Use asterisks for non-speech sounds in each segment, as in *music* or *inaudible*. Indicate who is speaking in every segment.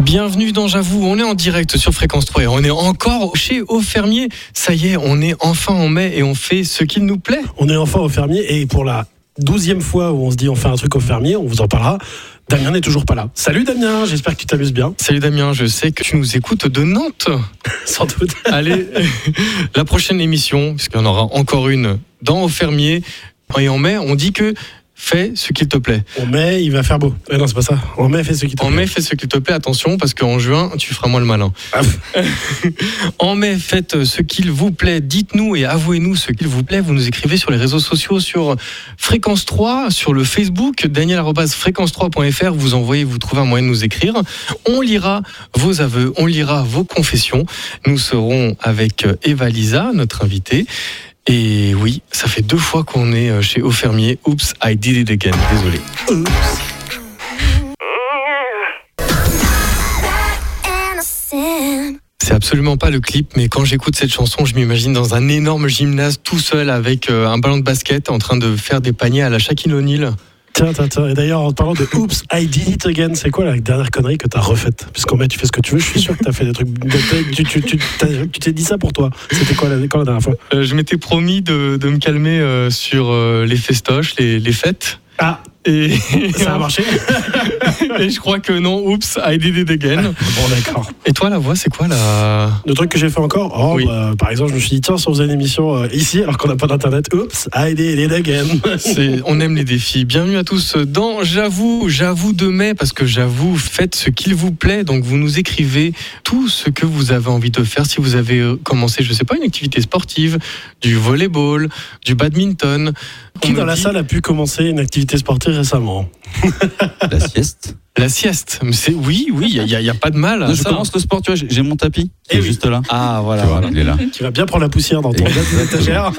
Speaker 1: Bienvenue dans J'avoue, on est en direct sur Fréquence 3 et on est encore chez Au Fermier. Ça y est, on est enfin en mai et on fait ce qu'il nous plaît.
Speaker 2: On est enfin au fermier et pour la douzième fois où on se dit on fait un truc au fermier, on vous en parlera. Damien n'est toujours pas là. Salut Damien, j'espère que tu t'amuses bien. *laughs*
Speaker 1: Salut Damien, je sais que tu nous écoutes de Nantes.
Speaker 2: Sans doute.
Speaker 1: Allez, *laughs* la prochaine émission, puisqu'il y en aura encore une dans Au Fermier, et en mai, on dit que fais ce qu'il te plaît.
Speaker 2: En mai, il va faire beau. Ah non, c'est pas ça. En mai, fais ce qui te
Speaker 1: En
Speaker 2: plaît.
Speaker 1: mai, fais ce qu'il te plaît, attention, parce qu'en juin, tu feras moins le malin.
Speaker 2: Ah,
Speaker 1: *laughs* En mai, faites euh, ce qu'il vous plaît. Dites-nous et avouez-nous ce qu'il vous plaît. Vous nous écrivez sur les réseaux sociaux, sur Fréquence 3, sur le Facebook, daniel-fréquence3.fr. Vous envoyez, vous trouvez un moyen de nous écrire. On lira vos aveux, on lira vos confessions. Nous serons avec euh, Eva Lisa, notre invitée. Et oui, ça fait deux fois qu'on est euh, chez Au Fermier. Oops, I did it again. Désolé.
Speaker 3: innocent.
Speaker 1: C'est absolument pas le clip, mais quand j'écoute cette chanson, je m'imagine dans un énorme gymnase tout seul avec euh, un ballon de basket en train de faire des paniers à la Shaquille O'Neal.
Speaker 2: tiens, tiens, tiens. Et d'ailleurs, en parlant de Oops, I did it again, c'est quoi la dernière connerie que t'as refaite Puisqu'en mai, tu fais ce que tu veux, je suis sûr que t'as fait des trucs. Tu tu- tu- t'as- tu t'es dit ça pour toi. C'était quoi la, quand la dernière fois
Speaker 1: Euh, je m'étais promis de, de me calmer euh, sur euh, les festoches, les, les fêtes.
Speaker 2: Ah,
Speaker 1: Et,
Speaker 2: ça a marché
Speaker 1: *laughs* et je crois que non, oups, I did it again.
Speaker 2: Bon, d'accord.
Speaker 1: Et toi, la voix, c'est quoi la.
Speaker 2: Le truc que j'ai fait encore, oh,
Speaker 1: Oui.
Speaker 2: bah, par exemple, je me suis dit, tiens, si on faisait une émission euh, ici, alors qu'on n'a pas d'internet, oups, I did it again.
Speaker 1: *laughs* C'est- On aime les défis. Bienvenue à tous dans J'avoue, j'avoue de mai, parce que j'avoue, faites ce qu'il vous plaît. Donc vous nous écrivez tout ce que vous avez envie de faire. Si vous avez euh, commencé, je sais pas, une activité sportive, du volleyball, du badminton.
Speaker 2: Qui
Speaker 1: On me
Speaker 2: dans la
Speaker 1: dit
Speaker 2: salle a pu commencer une activité sportive récemment
Speaker 4: La sieste.
Speaker 1: La sieste. Mais c'est- Oui, oui, il n'y a, y a pas de mal. à
Speaker 4: Non, je
Speaker 1: ça.
Speaker 4: commence le sport, tu vois, j'ai j'ai mon tapis qui
Speaker 2: Eh
Speaker 4: est
Speaker 2: oui.
Speaker 4: juste là. Ah voilà, voilà, il est là.
Speaker 2: Tu vas bien prendre la poussière dans ton *laughs*
Speaker 4: Exactement.
Speaker 2: étagère.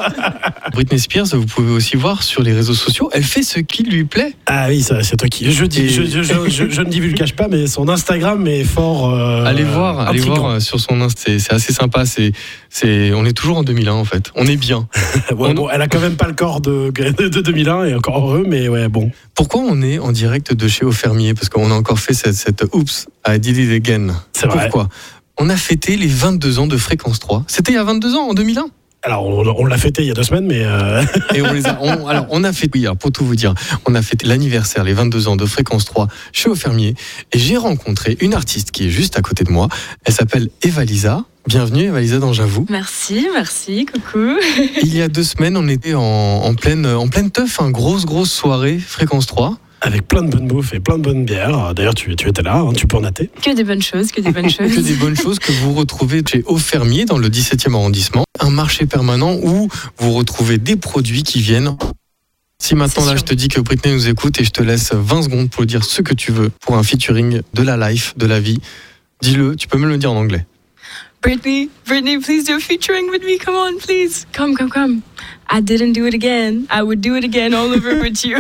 Speaker 1: Britney Spears, vous pouvez aussi voir sur les réseaux sociaux, elle fait ce qui lui plaît.
Speaker 2: Ah oui, ça, c'est toi qui. Je, dis,
Speaker 1: Et-
Speaker 2: je, je, je, je- je ne divulgage pas, mais son Instagram est fort. euh,
Speaker 1: allez voir, allez
Speaker 2: intriguant.
Speaker 1: voir euh, sur son Insta, c'est c'est assez sympa. C'est, c'est, on est toujours en 2001 en fait, on est bien.
Speaker 2: *laughs* Ouais, bon, elle a quand même pas le corps de, de 2001 et encore heureux, mais ouais, bon.
Speaker 1: Pourquoi on est en direct de chez Au Fermier Parce qu'on a encore fait cette, cette Oops, I did it again.
Speaker 2: C'est vrai.
Speaker 1: Pourquoi On a fêté les 22 ans de Fréquence 3. C'était il y a 22 ans, en 2001
Speaker 2: Alors, on, on l'a fêté il y a deux semaines, mais euh, *laughs*
Speaker 1: Et on les a, on- *laughs* alors, on a fait, oui, alors, pour tout vous dire, on a fêté l'anniversaire, les 22 ans de Fréquence 3 chez Au Fermier. Et j'ai rencontré une artiste qui est juste à côté de moi. Elle s'appelle Evalisa. Bienvenue, Evalisa, dans J'avoue.
Speaker 5: Merci, merci, coucou.
Speaker 1: Il y a deux semaines, on était en, en pleine, en pleine teuf, hein, grosse, grosse soirée, Fréquence 3.
Speaker 2: avec plein de bonnes bouffes et plein de bonnes bières. D'ailleurs, tu, tu étais là, hein, tu peux en hâter.
Speaker 5: Que des bonnes choses, que des *laughs* bonnes
Speaker 1: que
Speaker 5: choses.
Speaker 1: des bonnes choses que vous retrouvez chez Au Fermier dans le 17e arrondissement, un marché permanent où vous retrouvez des produits qui viennent. Si maintenant
Speaker 5: C'est
Speaker 1: là
Speaker 5: sûr.
Speaker 1: je te dis que Britney nous écoute et je te laisse 20 secondes pour dire ce que tu veux pour un featuring de la life, de la vie, dis-le, tu peux me le dire en anglais.
Speaker 5: Brittany, Brittany, please do a featuring with me. Come on, please. Come, come, come. I didn't do it again. I would do it again all over with you.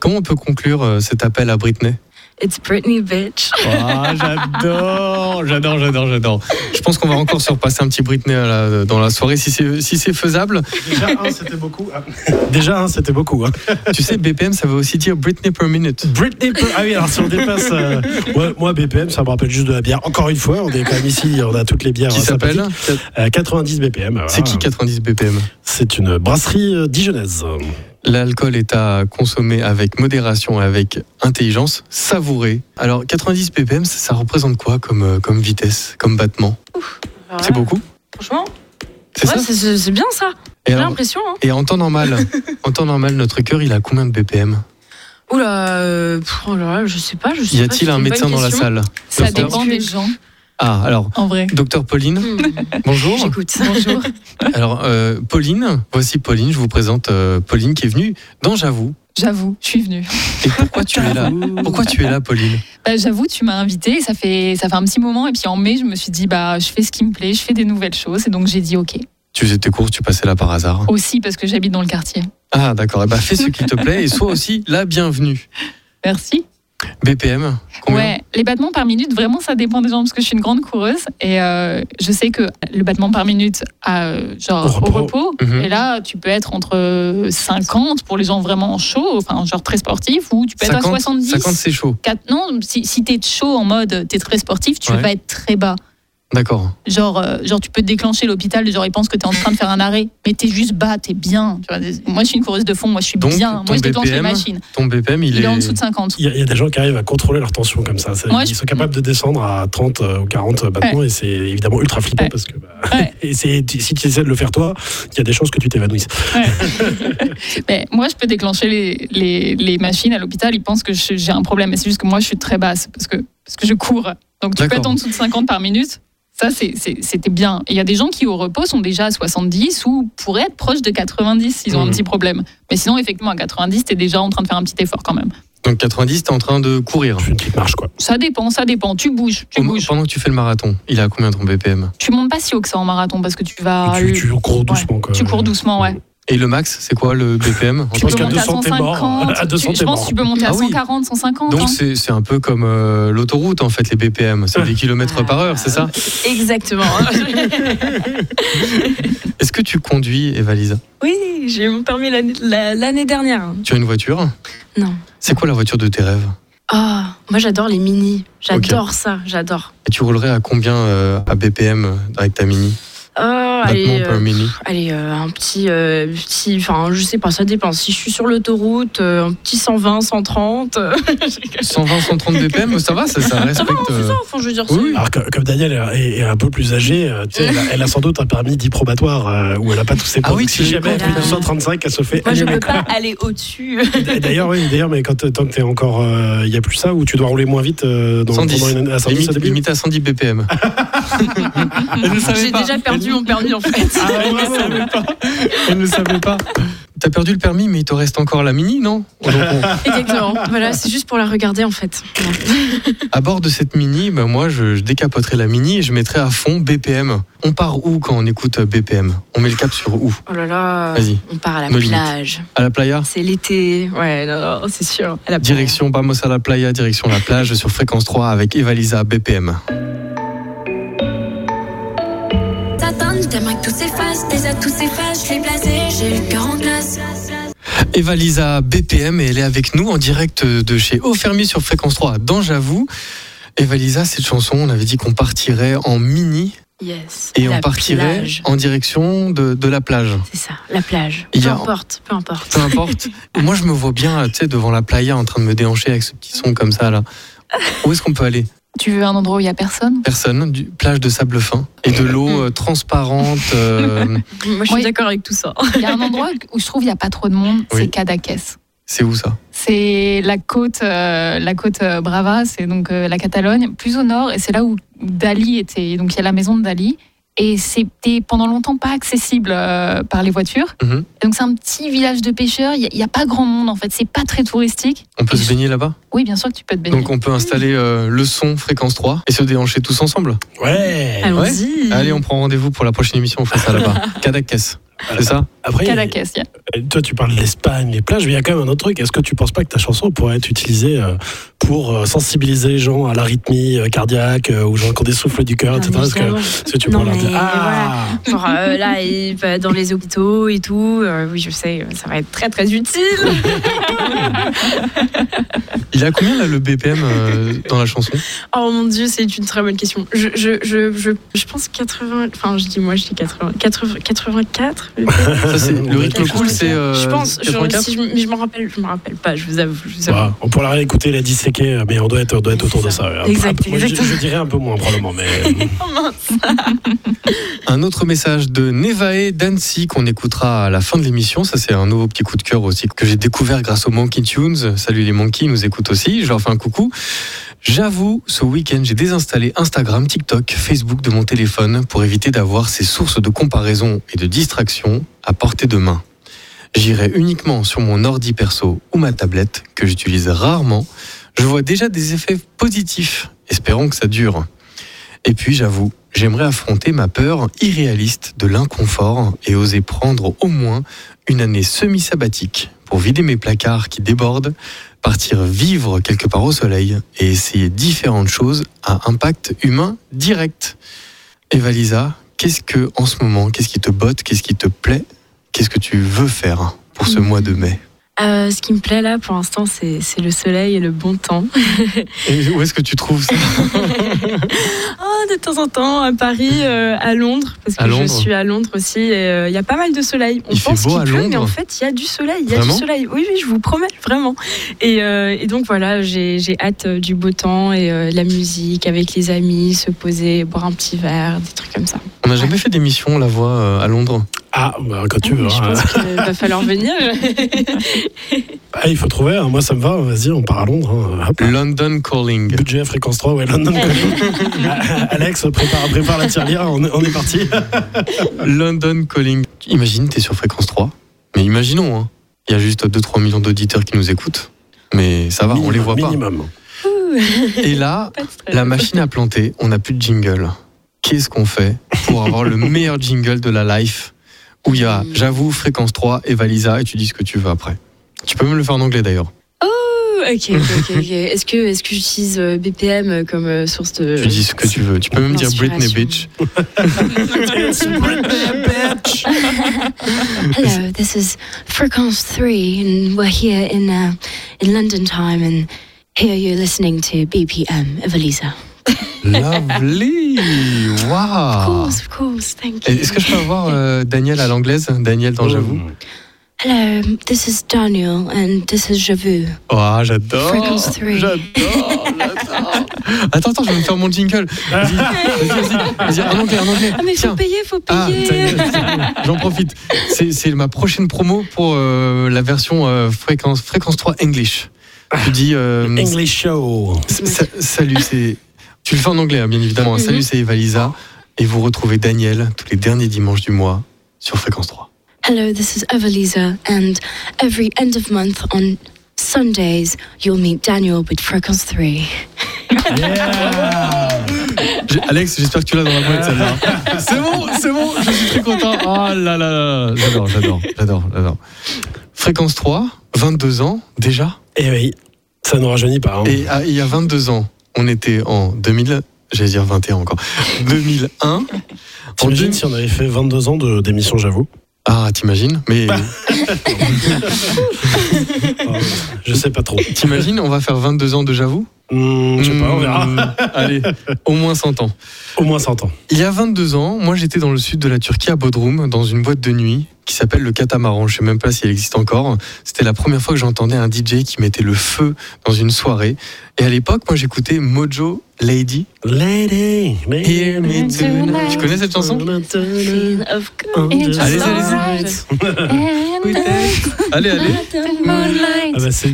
Speaker 1: Comment on peut conclure euh, cet appel à Britney
Speaker 5: *laughs* It's Brittany, bitch.
Speaker 1: Ah, J'adore, j'adore, j'adore, j'adore. Je pense qu'on va encore se repasser un petit Britney à la- dans la soirée si c'est si c'est faisable.
Speaker 2: Déjà, un, c'était beaucoup. Ah. *laughs* Déjà, un, c'était beaucoup. hein.
Speaker 1: Tu sais, BPM ça veut aussi dire Britney per minute.
Speaker 2: Britney. Pe- Ah oui, alors si on dépasse. euh, ouais, moi, BPM, ça me rappelle juste de la bière. Encore une fois, on est quand même ici, on a toutes les bières.
Speaker 1: Qui
Speaker 2: euh,
Speaker 1: s'appelle Ah,
Speaker 2: sympathiques. Euh, 90 BPM. voilà.
Speaker 1: C'est qui 90 BPM
Speaker 2: C'est une brasserie euh, dijonnaise.
Speaker 1: L'alcool est à consommer avec modération et avec intelligence, savourer. Alors 90 ppm, ça, ça représente quoi comme, euh, comme vitesse, comme battement C'est beaucoup
Speaker 5: Franchement,
Speaker 1: C'est
Speaker 5: bah ouais,
Speaker 1: ça
Speaker 5: c'est- c'est c'est bien ça.
Speaker 1: et,
Speaker 5: J'ai
Speaker 1: alors-
Speaker 5: l'impression. Hein.
Speaker 1: et en temps
Speaker 5: *laughs*
Speaker 1: normal, en temps normal, notre cœur, il a combien de BPM
Speaker 5: Oula, euh, pff, oh là là, je sais pas. Je sais
Speaker 1: Y
Speaker 5: pas,
Speaker 1: a-t-il
Speaker 5: c'est
Speaker 1: un
Speaker 5: une bonne
Speaker 1: médecin dans la
Speaker 5: question.
Speaker 1: salle
Speaker 6: Ça
Speaker 1: Docteur
Speaker 6: dépend des gens,
Speaker 1: Ah, alors,
Speaker 6: en vrai.
Speaker 1: docteur Pauline,
Speaker 5: Hmm,
Speaker 1: bonjour.
Speaker 5: *laughs* J'écoute.
Speaker 1: *laughs*
Speaker 6: Bonjour.
Speaker 1: Alors, euh, Pauline, voici Pauline, je vous présente euh, Pauline qui est venue dans J'avoue.
Speaker 6: J'avoue, je suis venue.
Speaker 1: Et pourquoi tu
Speaker 5: *laughs*
Speaker 1: es là Pourquoi tu es là, Pauline
Speaker 6: Bah, J'avoue, tu m'as invitée et ça fait, ça fait un petit moment. Et puis en mai, je me suis dit, bah, je fais ce qui me plaît, je fais des nouvelles choses. Et donc j'ai dit, OK.
Speaker 1: Tu faisais tes courses, tu passais là par hasard.
Speaker 6: Aussi parce que j'habite dans le quartier.
Speaker 1: Ah, d'accord. Eh ben, fais ce qui te plaît et sois aussi la bienvenue.
Speaker 6: Merci.
Speaker 1: BPM combien
Speaker 6: Ouais, les battements par minute, vraiment, ça dépend des gens parce que je suis une grande coureuse et euh, je sais que le battement par minute, à, euh, genre
Speaker 2: Au
Speaker 6: au
Speaker 2: repos.
Speaker 6: repos,
Speaker 1: Mhm.
Speaker 6: et là, tu peux être entre 50 pour les gens vraiment chauds, enfin, genre très sportifs, ou tu peux être à 70.
Speaker 1: 50 c'est chaud.
Speaker 6: Quatre- non, si, si t'es chaud en mode t'es très sportif, tu
Speaker 1: Ouais.
Speaker 6: vas être très bas.
Speaker 1: D'accord.
Speaker 6: Genre, euh, genre tu peux te déclencher l'hôpital, genre ils pensent que t'es en train de faire un arrêt, mais t'es juste bas, t'es bien. Tu vois, des- moi je suis une coureuse de fond, moi je suis
Speaker 1: Donc,
Speaker 6: bien,
Speaker 1: ton
Speaker 6: moi je déclenche les
Speaker 1: BPM,
Speaker 6: machines.
Speaker 1: Ton BPM, il,
Speaker 6: Il, est en dessous de 50.
Speaker 2: Il y, a, il y a des gens qui arrivent à contrôler leur tension comme ça. C'est-
Speaker 6: Moi,
Speaker 2: ils
Speaker 6: je-
Speaker 2: sont capables de descendre à 30 euh, ou 40 battements et c'est évidemment ultra flippant
Speaker 6: Ouais.
Speaker 2: parce que bah,
Speaker 6: Ouais.
Speaker 2: *laughs* et c'est- tu- si tu essaies de le faire toi, il y a des chances que tu t'évanouisses.
Speaker 6: Mais moi je peux déclencher les, les, les machines à l'hôpital, ils pensent que je- j'ai un problème, mais c'est juste que moi je suis très basse parce que, parce que je cours. Donc tu peux
Speaker 1: D'accord.
Speaker 6: être en dessous de 50 par minute. Ça, c'est- c'est- c'était bien. Et Il y a des gens qui, au repos, sont déjà à 70 ou pourraient être proches de 90 s'ils ont
Speaker 1: Mmh.
Speaker 2: Mhm.
Speaker 6: un petit problème. Mais sinon, effectivement, à 90, t'es déjà en train de faire un petit effort quand même.
Speaker 1: Donc 90, t'es en train de courir.
Speaker 2: Je fais une petite marche quoi.
Speaker 6: Ça dépend, ça dépend. Tu bouges, tu
Speaker 1: Au-
Speaker 6: bouges.
Speaker 1: Pendant que tu fais le marathon, il a combien ton BPM
Speaker 6: Tu montes pas si haut que ça en marathon parce que tu vas.
Speaker 2: tu, tu cours doucement quoi.
Speaker 6: Ah, tu cours doucement, ouais.
Speaker 1: Et le max, c'est quoi le
Speaker 6: *laughs*
Speaker 1: BPM
Speaker 2: Je
Speaker 6: Tu
Speaker 2: pense
Speaker 6: peux
Speaker 2: qu'à
Speaker 6: monter à
Speaker 2: 200, t'es mort.
Speaker 6: 150.
Speaker 2: À 200,
Speaker 6: tu-
Speaker 2: t'es
Speaker 6: je pense
Speaker 2: mort.
Speaker 6: que tu peux monter à
Speaker 1: Ah oui.
Speaker 6: 140, 150. hein.
Speaker 1: Donc c'est c'est un peu comme euh, l'autoroute en fait, les BPM, c'est des kilomètres par heure, c'est ça
Speaker 6: Ah.
Speaker 1: *laughs*
Speaker 5: Exactement.
Speaker 1: Est-ce que tu conduis, Evalisa
Speaker 5: oui, j'ai eu mon permis l'année- la- l'année dernière.
Speaker 1: Tu as une voiture
Speaker 5: Non.
Speaker 1: C'est quoi la voiture de tes rêves
Speaker 5: Ah, moi j'adore les mini. J'adore ça, j'adore.
Speaker 1: Et tu roulerais à combien euh, à BPM avec ta mini
Speaker 5: Ah,
Speaker 1: Battement
Speaker 5: allez,
Speaker 1: par
Speaker 5: euh,
Speaker 1: mini
Speaker 5: allez euh, un petit, euh, petit, enfin, je sais pas, ça dépend. Si je suis sur l'autoroute, euh, un petit 120, 130. euh,
Speaker 1: 120, 130 BPM, ça va, ça,
Speaker 5: *laughs*
Speaker 1: ça respecte.
Speaker 5: Ah
Speaker 1: euh,
Speaker 5: enfin, je veux dire,
Speaker 1: Oui,
Speaker 5: c'est-
Speaker 1: oui.
Speaker 2: Alors que- comme Daniel est, est un peu plus âgée, euh, tu sais, elle, a, elle a sans doute un permis dit probatoire euh, où elle n'a pas tous ses
Speaker 1: Ah
Speaker 2: points.
Speaker 1: oui,
Speaker 2: Donc, si
Speaker 1: tu-
Speaker 2: jamais elle fait
Speaker 5: Voilà.
Speaker 2: 235, elle se fait
Speaker 5: Moi, je
Speaker 2: allumer,
Speaker 5: peux
Speaker 2: quoi.
Speaker 5: pas aller
Speaker 1: *laughs*
Speaker 5: au-dessus.
Speaker 2: Et D'ailleurs, oui, d'ailleurs, mais quand tant que t'es encore, euh, il y a plus ça où tu dois rouler moins vite euh, dans,
Speaker 1: 110.
Speaker 2: pendant une année à 110
Speaker 1: Limite, Ah.
Speaker 2: au début.
Speaker 1: limite à 110 BPM.
Speaker 5: J'ai déjà perdu mon permis en fait.
Speaker 1: *laughs*
Speaker 2: Ah, ouais, bravo.
Speaker 1: Elle ne le savait pas. T'as perdu le permis, mais il te reste encore la mini, *laughs* non Donc, on-
Speaker 5: Exactement. Voilà, c'est juste pour la regarder en fait.
Speaker 1: À bord de cette mini, ben moi, je, je décapoterai la mini et je mettrai à fond BPM. On part où quand on écoute euh, BPM On met le cap sur où
Speaker 5: Oh là là.
Speaker 1: Vas-y.
Speaker 5: On part à la
Speaker 1: Me limite.
Speaker 5: plage.
Speaker 1: À la playa
Speaker 5: C'est l'été. Ouais, non, non, c'est sûr. À la plage.
Speaker 1: Direction Vamos à la playa, direction la plage sur fréquence 3 avec Evalisa BPM.
Speaker 3: T'attends, t'aimes avec tous ces faces, tes atouts, ces faces, je l'ai blasé, j'ai le cœur en glace.
Speaker 1: Evalisa BPM et elle est avec nous en direct de chez Aufermi sur fréquence 3 dans J'avoue. Evalisa, cette chanson, on avait dit qu'on partirait en mini
Speaker 5: Yes.
Speaker 1: et
Speaker 5: La
Speaker 1: on partirait
Speaker 5: plage.
Speaker 1: en direction de, de la plage.
Speaker 5: C'est ça, la plage.
Speaker 1: Il y
Speaker 5: Peu
Speaker 1: a-
Speaker 5: importe, peu importe.
Speaker 1: Peu
Speaker 5: *laughs*
Speaker 1: importe. Moi, je me vois bien, tu sais, devant la playa en train de me déhancher avec ce petit son comme ça, là. Où est-ce qu'on peut aller
Speaker 6: Tu veux un endroit où il n'y
Speaker 1: *laughs*
Speaker 6: a personne
Speaker 1: personne, du, plage de sable fin et de l'eau
Speaker 5: Mm.
Speaker 1: euh, transparente.
Speaker 5: *laughs*
Speaker 1: euh,
Speaker 5: Moi, je suis
Speaker 6: Oui.
Speaker 5: d'accord avec tout ça.
Speaker 6: Il y a un endroit où je trouve il n'y a pas trop de monde,
Speaker 1: Oui.
Speaker 6: c'est Cadaqués.
Speaker 1: c'est où ça
Speaker 6: C'est la côte, euh, la côte euh, Brava, c'est donc euh, la Catalogne, plus au nord, et c'est là où Dali était. Donc il y a la maison de Dali, et c'était pendant longtemps pas accessible euh, par les voitures.
Speaker 1: Mhm.
Speaker 6: Et donc c'est un petit village de pêcheurs. Il n'y a, pas grand monde en fait. C'est pas très touristique.
Speaker 1: On peut se baigner là-bas
Speaker 6: Oui, bien sûr que tu peux te baigner.
Speaker 1: Donc on peut
Speaker 5: Mm.
Speaker 1: installer euh, le son fréquence 3 et se déhancher tous ensemble.
Speaker 2: Ouais.
Speaker 1: Ah
Speaker 5: Allons-y.
Speaker 1: Allez, on prend rendez-vous pour la prochaine émission, on fait ça
Speaker 5: *laughs*
Speaker 1: là-bas. Cadaquès, c'est ça
Speaker 2: Après, euh,
Speaker 6: Cadaqués, il y a-
Speaker 2: toi, tu parles de l'Espagne, les plages, mais il y a quand même un autre truc. Est-ce que tu penses pas que ta chanson pourrait être utilisée euh, pour euh, sensibiliser les gens à l'arythmie euh, cardiaque euh, aux gens qui ont des souffles du cœur,
Speaker 5: Non,
Speaker 2: etc.
Speaker 5: Ah, mais
Speaker 2: Parce que
Speaker 5: évidemment.
Speaker 2: si tu
Speaker 5: Non,
Speaker 2: prends leur
Speaker 5: mais
Speaker 2: dire, ah,
Speaker 5: Genre, euh, là, il va dans les hôpitaux et tout. Euh, oui, je sais, euh, ça va être très très utile.
Speaker 1: Il a combien là le BPM euh, dans la chanson
Speaker 5: Oh mon dieu, c'est une très bonne question. Je, je, je, je, je pense 80. Enfin, je dis moi, je dis 80. 80 84
Speaker 1: Ça,
Speaker 2: Ah. *laughs*
Speaker 1: c'est- Le rythme cool c'est... euh,
Speaker 5: euh, Je pense, je,
Speaker 1: 84?
Speaker 5: si je, mais je me rappelle, je me rappelle pas, je vous avoue. Je vous avoue.
Speaker 2: bah, on pourra réécouter, la disséquer, mais on doit être, on doit être autour de ça. ouais. Un peu-
Speaker 5: Exact,
Speaker 2: un peu- moi, je,
Speaker 5: exactement.
Speaker 2: je dirais un peu moins probablement, mais
Speaker 5: *laughs*
Speaker 1: Un autre message de Nevae d'Annecy qu'on écoutera à la fin de l'émission. Ça, c'est un nouveau petit coup de cœur aussi que j'ai découvert grâce aux Monkey Tunes. Salut les Monkeys, ils nous écoutent aussi. Je leur fais un coucou. J'avoue, ce week-end, j'ai désinstallé Instagram, TikTok, Facebook de mon téléphone pour éviter d'avoir ces sources de comparaison et de distraction à portée de main. J'irai uniquement sur mon ordi perso ou ma tablette que j'utilise rarement. Je vois déjà des effets positifs. Espérons que ça dure. Et puis j'avoue, j'aimerais affronter ma peur irréaliste de l'inconfort et oser prendre au moins une année semi-sabbatique pour vider mes placards qui débordent, partir vivre quelque part au soleil et essayer différentes choses à impact humain direct. Eva Lisa, qu'est-ce que en ce moment, qu'est-ce qui te botte, qu'est-ce qui te plaît, qu'est-ce que tu veux faire pour ce mois de mai
Speaker 5: Euh, ce qui me plaît là pour l'instant, c'est c'est le soleil et le bon temps.
Speaker 1: Et où est-ce que tu trouves ça
Speaker 5: Ah, *laughs* de temps en temps, à Paris, euh, à Londres, parce
Speaker 1: À
Speaker 5: que
Speaker 1: Londres.
Speaker 5: je suis à Londres aussi, et euh, il y a pas mal de soleil. On
Speaker 1: Il fait
Speaker 5: pense
Speaker 1: beau
Speaker 5: qu'il
Speaker 1: à
Speaker 5: pleut, mais
Speaker 1: Londres
Speaker 5: en fait, il y a du soleil. Il y a
Speaker 1: Vraiment
Speaker 5: du soleil. Oui, oui, je vous promets, vraiment. Et, euh, et donc voilà, j'ai j'ai hâte euh, du beau temps et euh, de la musique avec les amis, se poser, boire un petit verre, des trucs comme ça.
Speaker 1: On n'a jamais fait d'émission La Voix euh, à Londres.
Speaker 2: Ah, bah, quand tu
Speaker 5: Ah,
Speaker 2: veux.
Speaker 5: mais Je
Speaker 2: hein.
Speaker 5: pense qu'il va falloir venir.
Speaker 1: *laughs*
Speaker 5: *laughs*
Speaker 2: Ah, il faut trouver. hein. Moi, ça me va. Vas-y, on part à Londres. hein. Hop.
Speaker 1: London Calling.
Speaker 2: Budget, fréquence 3, ouais,
Speaker 5: *laughs*
Speaker 2: London. Ah, Alex, prépare, prépare la tirelire, on est, on est parti.
Speaker 1: London Calling. Imagine, t'es sur fréquence 3. Mais imaginons, hein. Il y a juste 2-3 millions d'auditeurs qui nous écoutent. Mais ça va, on les voit
Speaker 2: Minimum.
Speaker 1: pas. Et là,
Speaker 5: *laughs* Pas de stress.
Speaker 1: la machine à planter, on n'a plus de jingle. Qu'est-ce qu'on fait pour avoir
Speaker 5: *laughs*
Speaker 1: le meilleur jingle de la life où il y a, j'avoue, fréquence 3 et Valisa et tu dis ce que tu veux après Tu peux même le faire en anglais d'ailleurs.
Speaker 5: Ouh, Ok, ok, ok. Est-ce que, est que j'utilise euh, BPM comme euh, source de.
Speaker 1: Tu dis ce que tu veux. Tu peux même dire Britney
Speaker 5: L'inspiration.
Speaker 1: Bitch.
Speaker 3: Hello, this is Frequence 3, and we're here in, uh, in London time, and here you're listening to BPM of Elisa.
Speaker 1: Lovely
Speaker 5: *laughs*
Speaker 3: Of
Speaker 1: Waouh
Speaker 3: course, of course, thank you.
Speaker 1: Ah. Eh, Est-ce que je peux avoir euh, Daniel à l'anglaise Daniel
Speaker 2: Euh,
Speaker 1: dans J'avoue
Speaker 3: Hello, this is Daniel, and this is Javu.
Speaker 1: Oh, j'adore
Speaker 3: Frequence three.
Speaker 1: J'adore j'adore. Attends, attends, je vais me faire mon jingle. Vas-y, vas-y, vas-y, vas-y, en anglais, en anglais.
Speaker 5: Ah, mais faut
Speaker 1: Tiens.
Speaker 5: payer, faut
Speaker 1: Ah,
Speaker 5: payer.
Speaker 1: ça y est, c'est- j'en profite. C'est c'est ma prochaine promo pour euh, la version euh, fréquence, fréquence 3 English. Tu dis euh,
Speaker 2: English Show.
Speaker 1: sa- salut, c'est. Tu le fais en anglais, hein, bien
Speaker 5: Mhm.
Speaker 1: évidemment. hein. Salut, c'est Evalisa. Et vous retrouvez Daniel tous les derniers dimanches du mois sur fréquence 3.
Speaker 3: Hello, this is Evelisa, and every end of month on Sundays, you'll meet Daniel with Frequence 3.
Speaker 1: J'ai- Alex, j'espère que tu l'as dans la boîte celle-là. C'est bon, c'est bon, je suis très content. Oh là là là, là. j'adore, j'adore, j'adore, j'adore. Fréquence 3, 22 ans déjà.
Speaker 2: Eh oui, ça ne rajeunit pas. hein.
Speaker 1: Et ah, il y a 22 ans, on était en 2000, j'allais dire 21 encore, 2001. En
Speaker 2: T'imagines
Speaker 1: 2000
Speaker 2: si on avait fait 22 ans de- d'émission, j'avoue
Speaker 1: Ah, t'imagines
Speaker 2: *laughs*
Speaker 1: Mais
Speaker 2: Ah, Je sais pas trop.
Speaker 1: t'imagines, on va faire 22 ans de J'avoue
Speaker 2: Hmm, je sais pas, on verra.
Speaker 1: Mmh, Allez, au moins 100 ans.
Speaker 2: Au moins 100 ans.
Speaker 1: Il y a 22 ans, moi j'étais dans le sud de la Turquie, à Bodrum, dans une boîte de nuit qui s'appelle le Catamaran. Je sais même pas si elle existe encore. C'était la première fois que j'entendais un DJ qui mettait le feu dans une soirée. Et à l'époque, moi j'écoutais Mojo Lady.
Speaker 2: Lady,
Speaker 1: Hear me tonight. Tu connais cette chanson
Speaker 5: Of course.
Speaker 2: Allez,
Speaker 1: Allez,
Speaker 6: allez.
Speaker 1: Allez, allez.
Speaker 2: Ah bah c'est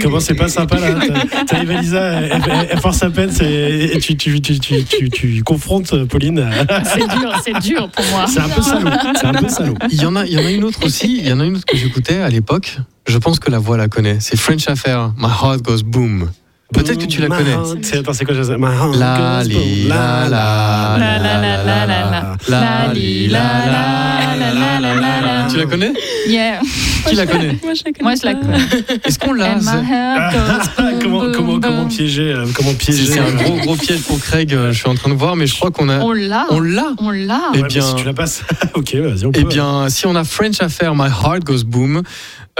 Speaker 2: Comment c'est pas sympa là T'as- T'as Evalisa, elle, elle- elle force à peine, c'est- et tu, tu, tu, tu, tu, tu confrontes euh, Pauline.
Speaker 1: Ah.
Speaker 2: à-
Speaker 6: C'est dur, c'est dur pour moi.
Speaker 2: C'est un peu salaud. C'est un peu salaud.
Speaker 1: Il y en a, il y en a une autre aussi. Il y en a une autre que j'écoutais à l'époque. Je pense que la voix la connaît. C'est French Affair. My heart goes boom. Peut-être que tu la
Speaker 2: My
Speaker 1: connais.
Speaker 2: heart- c'est- Attends, c'est quoi je sais- My heart
Speaker 1: La
Speaker 2: goes
Speaker 1: li
Speaker 2: boom,
Speaker 1: la la la la la la la li la la la la la la la. Tu la connais
Speaker 6: Yeah.
Speaker 1: Qui la connaît
Speaker 5: Moi, je la connais
Speaker 6: Moi, je la
Speaker 5: pas.
Speaker 6: connais.
Speaker 1: Est-ce qu'on l'a
Speaker 6: And my
Speaker 1: ça
Speaker 6: heart
Speaker 2: Ah,
Speaker 6: goes
Speaker 2: *laughs*
Speaker 6: boom,
Speaker 2: comment,
Speaker 6: boom,
Speaker 2: comment, comment
Speaker 6: boom.
Speaker 2: piéger euh, Comment
Speaker 1: C'est
Speaker 2: piéger
Speaker 1: c'est un gros gros piège pour Craig. euh, Je suis en train de voir, mais je crois qu'on a,
Speaker 6: On l'a.
Speaker 1: on l'a.
Speaker 6: On l'a.
Speaker 1: Eh
Speaker 2: Ouais, mais
Speaker 1: bien-
Speaker 2: si tu la passes, *laughs* ok, vas-y, on peut.
Speaker 1: Eh bien, si on a French Affair, My Heart Goes Boom,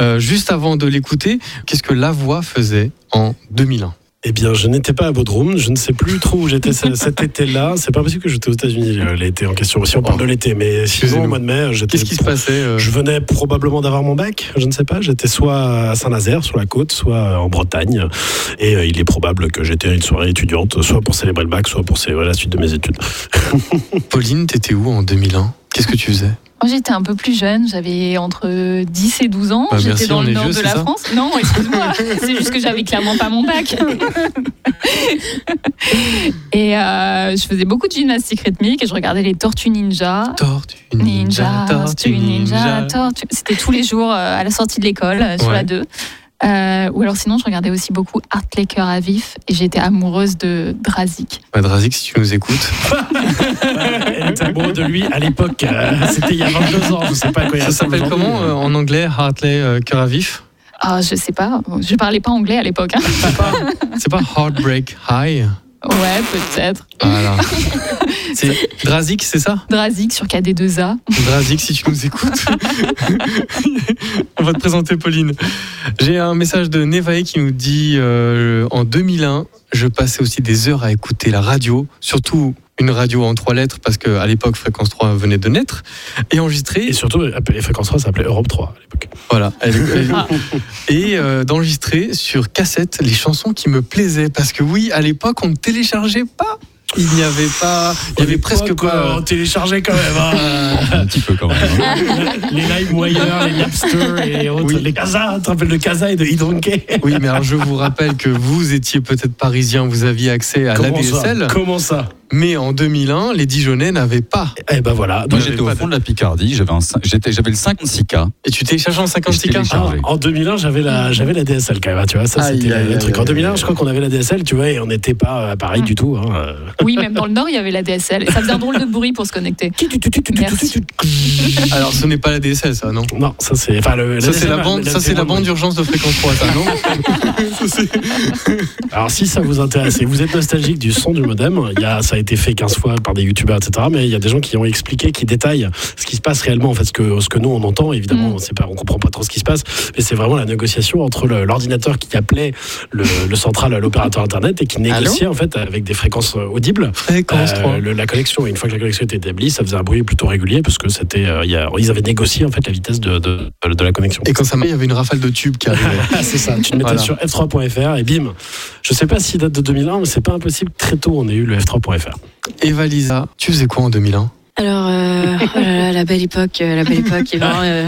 Speaker 1: euh, juste avant de l'écouter, qu'est-ce que la voix faisait en 2001
Speaker 2: Eh bien, je n'étais pas à Bodrum, je ne sais plus trop où j'étais ce- cet *laughs* été-là. C'est pas possible que j'étais aux États-Unis euh, l'été en question. Si on parle de l'été, mais sinon,
Speaker 1: Excusez-nous.
Speaker 2: au mois de mai, j'étais.
Speaker 1: Qu'est-ce qui se passait euh,
Speaker 2: Je venais probablement d'avoir mon bac, je ne sais pas. J'étais soit à Saint-Nazaire, sur la côte, soit euh, en Bretagne. Et euh, il est probable que j'étais à une soirée étudiante, soit pour célébrer le bac, soit pour célébrer la suite de mes études.
Speaker 1: Pauline, t'étais où en 2001 Qu'est-ce que tu faisais
Speaker 6: Moi, j'étais un peu plus jeune, j'avais entre 10 et 12 ans.
Speaker 1: Bah,
Speaker 6: j'étais
Speaker 1: merci, on
Speaker 6: dans le
Speaker 1: est
Speaker 6: nord
Speaker 1: vieux,
Speaker 6: de
Speaker 1: c'est
Speaker 6: la
Speaker 1: ça
Speaker 6: France. Non,
Speaker 1: *laughs*
Speaker 6: excuse-moi, c'est juste que j'avais clairement pas mon bac. et euh, je faisais beaucoup de gymnastique rythmique et je regardais les Tortues Ninja.
Speaker 1: Tortue
Speaker 6: Ninja, Tortue Ninja, Tortue. C'était tous les jours euh, à la sortie de l'école euh, sur
Speaker 1: Ouais.
Speaker 6: la 2. Euh, ou alors sinon, je regardais aussi beaucoup Art Laker à vif et j'étais amoureuse de Drazik.
Speaker 1: Madrazik, si tu nous écoutes.
Speaker 2: *laughs* Elle était amoureuse de lui à l'époque. euh, C'était il y a 22 ans, je sais pas quoi. il
Speaker 1: Ça
Speaker 2: ressemble
Speaker 1: s'appelle
Speaker 2: aujourd'hui.
Speaker 1: comment euh, en anglais Hartley euh, Cœur à vif
Speaker 6: Ah, je sais pas, je parlais pas anglais à l'époque.
Speaker 1: *laughs*
Speaker 6: hein.
Speaker 1: C'est pas, c'est pas Heartbreak High
Speaker 6: Ouais, peut-être.
Speaker 1: *laughs* Voilà. C'est Drazik, c'est ça
Speaker 6: Drazik sur KD2A.
Speaker 1: Drazik, si tu nous écoutes. *laughs* On va te présenter Pauline. J'ai un message de Nevae qui nous dit euh, en 2001, je passais aussi des heures à écouter la radio, surtout une radio en trois lettres parce que à l'époque fréquence 3 venait de naître et enregistrer
Speaker 2: Et surtout, euh, les fréquences 3 ça s'appelait Europe 3 à l'époque.
Speaker 1: voilà elle- elle- et euh, d'enregistrer sur cassette les chansons qui me plaisaient parce que oui à l'époque on ne téléchargeait pas il n'y avait pas il y avait presque euh pas
Speaker 2: euh, On téléchargeait quand même. hein.
Speaker 4: Un petit peu quand même. hein.
Speaker 2: les LimeWire, les Napster et autres.
Speaker 1: Oui.
Speaker 2: Les Casa, tu te rappelles de Casa et de Hidronquet
Speaker 1: Oui, mais alors je vous rappelle que vous étiez peut-être parisien, vous aviez accès à
Speaker 2: Comment ça
Speaker 1: l'ADSL,
Speaker 2: Comment ça
Speaker 1: mais en 2001, les Dijonais n'avaient pas.
Speaker 2: Eh ben voilà.
Speaker 4: Moi,
Speaker 2: Donc,
Speaker 4: j'étais au fond de la Picardie, j'avais un cin- j'étais- j'avais le 56K.
Speaker 1: Et tu télécharges en
Speaker 4: Je
Speaker 1: 56
Speaker 4: télécharge.
Speaker 1: cas
Speaker 2: ah,
Speaker 4: chargé.
Speaker 2: en 2001, j'avais la, j'avais la DSL quand même, hein, tu vois, ça
Speaker 1: Aïe,
Speaker 2: c'était
Speaker 1: aïe,
Speaker 2: le
Speaker 1: aïe,
Speaker 2: truc. En
Speaker 1: aïe,
Speaker 2: 2001,
Speaker 1: aïe. Ah.
Speaker 2: je crois qu'on avait la DSL, tu vois, et on n'était pas euh, pareil du tout. hein, euh.
Speaker 6: Oui, même dans le Nord, il y avait la DSL. Et ça faisait un drôle de bruit pour se connecter. Merci.
Speaker 1: Alors ce n'est pas l'ADSL, ça, non
Speaker 2: Non, ça c'est. Enfin, le-
Speaker 1: ça c'est la
Speaker 2: DSL,
Speaker 1: bande, ça c'est la bande d'urgence de fréquence 3, ça, non Ça, c'est-
Speaker 2: Alors si ça vous intéresse et vous êtes nostalgique du son du modem, il y a, ça a été fait 15 fois par des youtubeurs, etc. Mais il y a des gens qui ont expliqué, qui détaillent ce qui se passe réellement, en fait, ce que, ce que nous on entend, évidemment,
Speaker 6: Mm.
Speaker 2: on sait pas, on comprend pas trop ce qui se passe, mais c'est vraiment la négociation entre le- l'ordinateur qui appelait le, le central, l'opérateur internet, et qui négociait en fait avec des fréquences euh, audibles.
Speaker 1: Fréquence
Speaker 2: euh,
Speaker 1: 3.
Speaker 2: le- la connexion, et une fois que la connexion était établie, ça faisait un bruit plutôt régulier parce que c'était, euh, il y a- ils avaient négocié en fait la vitesse de, de, de la connexion.
Speaker 1: Et quand ça m'a, il y avait une rafale de tubes qui arrivait.
Speaker 2: Ah, c'est ça, tu te mettais
Speaker 1: Voilà.
Speaker 2: sur f3.fr et bim. Je sais pas s'il date de 2001, mais c'est pas impossible. Très tôt, on a eu le f3.fr.
Speaker 1: Eva Lisa, tu faisais quoi en 2001
Speaker 3: Alors, euh, oh là là, la belle époque, euh, la belle
Speaker 1: *laughs*
Speaker 3: époque. eh ben, euh,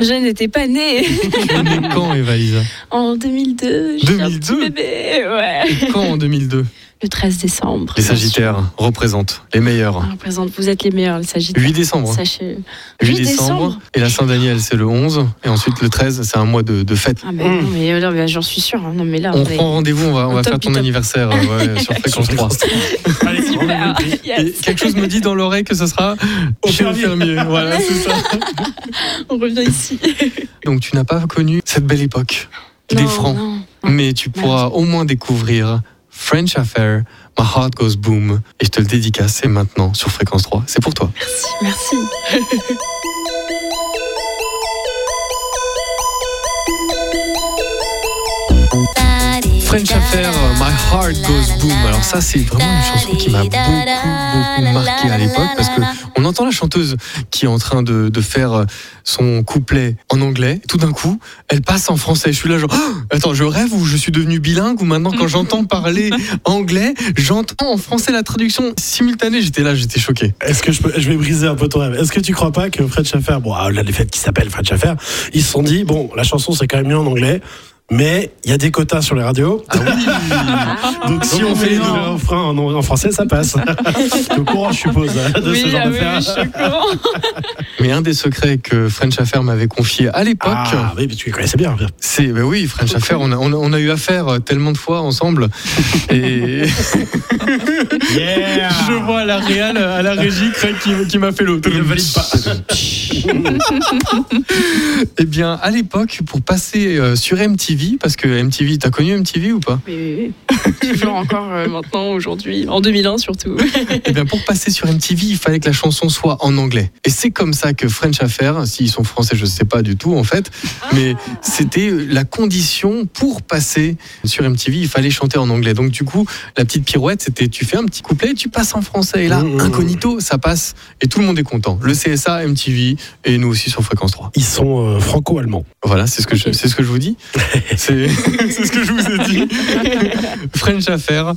Speaker 3: *laughs* je n'étais pas née
Speaker 1: Tu es née quand Eva Lisa
Speaker 3: en 2002. j'étais un petit
Speaker 1: 2002?
Speaker 3: bébé, ouais.
Speaker 1: Quand en 2002
Speaker 3: Le 13 décembre.
Speaker 1: Les Sagittaires représentent les meilleurs.
Speaker 3: On représente, vous êtes les meilleurs, les Sagittaires.
Speaker 1: 8 décembre.
Speaker 3: Sachez.
Speaker 1: 8
Speaker 3: 8
Speaker 1: décembre.
Speaker 3: décembre.
Speaker 1: Et la Saint-Daniel, c'est le 11. Et ensuite, le 13, c'est un mois de, de fête.
Speaker 3: Ah, mais non, mais
Speaker 5: oh,
Speaker 3: euh, non, mais j'en suis sûre. hein. Non, mais là,
Speaker 1: On
Speaker 3: est-
Speaker 1: prend
Speaker 5: *laughs*
Speaker 1: rendez-vous, on va, on va
Speaker 3: Au top
Speaker 1: faire
Speaker 3: du
Speaker 1: ton
Speaker 3: top.
Speaker 1: anniversaire euh,
Speaker 3: *laughs*
Speaker 1: ouais, sur Fréquence 3.
Speaker 2: Allez,
Speaker 6: Super.
Speaker 1: Et
Speaker 3: Yes.
Speaker 1: quelque chose me dit dans l'oreille que ça sera
Speaker 2: Au
Speaker 1: chez le
Speaker 2: fermier.
Speaker 1: fermier. Voilà, c'est ça.
Speaker 3: On revient ici.
Speaker 1: Donc tu n'as pas connu cette belle époque des
Speaker 3: Non,
Speaker 1: francs,
Speaker 3: non.
Speaker 1: mais tu pourras au moins découvrir French Affair, My Heart Goes Boom. Et je te le dédicace, c'est maintenant sur Fréquence 3. C'est pour toi.
Speaker 3: Merci.
Speaker 1: French Affair, euh, My Heart Goes Boom. Alors ça, c'est vraiment une chanson qui m'a beaucoup, beaucoup marqué à l'époque parce que oh. on entend la chanteuse qui est en train de, de faire euh, son couplet en anglais. Tout d'un coup, elle passe en français. Je suis là genre, Ah attends, je rêve ou je suis devenu bilingue ou maintenant quand j'entends *laughs* parler anglais, j'entends en français la traduction simultanée. J'étais là, j'étais choqué.
Speaker 2: Est-ce que je, peux- je vais briser un peu ton rêve Est-ce que tu crois pas que Fred Schaffer, bon, ah, là, les fêtes qui s'appellent Fred Schaffer, ils se sont dit, bon, la chanson c'est quand même mieux en anglais, mais il y a des quotas sur les radios.
Speaker 1: Ah,
Speaker 2: *laughs*
Speaker 5: Ah,
Speaker 2: Donc si on fait les deux refrains en, en français, ça passe. T'es au courant, je suppose, hein, de ce
Speaker 6: Oui,
Speaker 2: genre
Speaker 6: ah oui,
Speaker 2: d'affaires.
Speaker 6: oui, je suis au courant.
Speaker 1: *laughs* Mais un des secrets que French Affair m'avait confié à l'époque,
Speaker 2: Ah oui, mais tu les connaissais bien. bien.
Speaker 1: C'est bah oui, French Affair. On a, on, a, on a eu affaire euh, tellement de fois *laughs* ensemble. Et
Speaker 2: Yeah
Speaker 1: je vois à la réal, à la régie, Craig qui, qui m'a fait le.
Speaker 2: Il ne valide pas.
Speaker 1: Eh bien, à l'époque, pour passer euh, sur MTV, parce que MTV, t'as connu MTV ou pas
Speaker 5: Mais toujours encore euh, maintenant, aujourd'hui, en 2001 surtout.
Speaker 1: Eh bien, pour passer sur MTV, il fallait que la chanson soit en anglais. Et c'est comme ça que French Affair, s'ils sont français, je ne sais pas du tout en fait, mais c'était la condition pour passer sur MTV, il fallait chanter en anglais. Donc du coup, la petite pirouette, c'était tu fais un petit couplet, tu passes en français, et là,
Speaker 2: Mmh.
Speaker 1: incognito, ça passe, et tout le monde est content. Le CSA, MTV, et nous aussi sur Fréquence 3.
Speaker 2: Ils sont euh, franco-allemands.
Speaker 1: Voilà, c'est ce que je, c'est ce que je vous dis. C'est, *laughs* c'est ce que je vous ai dit. French Affair.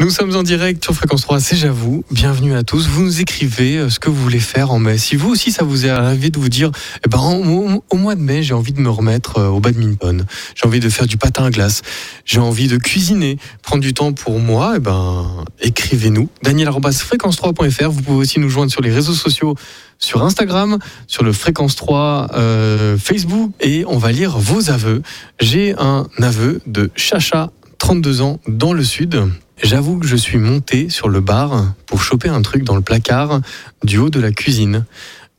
Speaker 1: Nous sommes en direct sur Fréquence 3, c'est j'avoue. Bienvenue à tous. Vous nous écrivez euh, ce que vous voulez faire en mai. Si vous aussi, ça vous est arrivé de vous dire, eh ben, en- au, au mois de mai, j'ai envie de me remettre euh, au badminton. J'ai envie de faire du patin à glace. J'ai envie de cuisiner. Prendre du temps pour moi, eh ben, écrivez-nous. Daniel fréquence3.fr. Vous pouvez aussi nous joindre sur les réseaux sociaux sur Instagram, sur le Fréquence 3 euh, Facebook et on va lire vos aveux. J'ai un aveu de Chacha, 32 ans, dans le sud. J'avoue que je suis monté sur le bar pour choper un truc dans le placard du haut de la cuisine.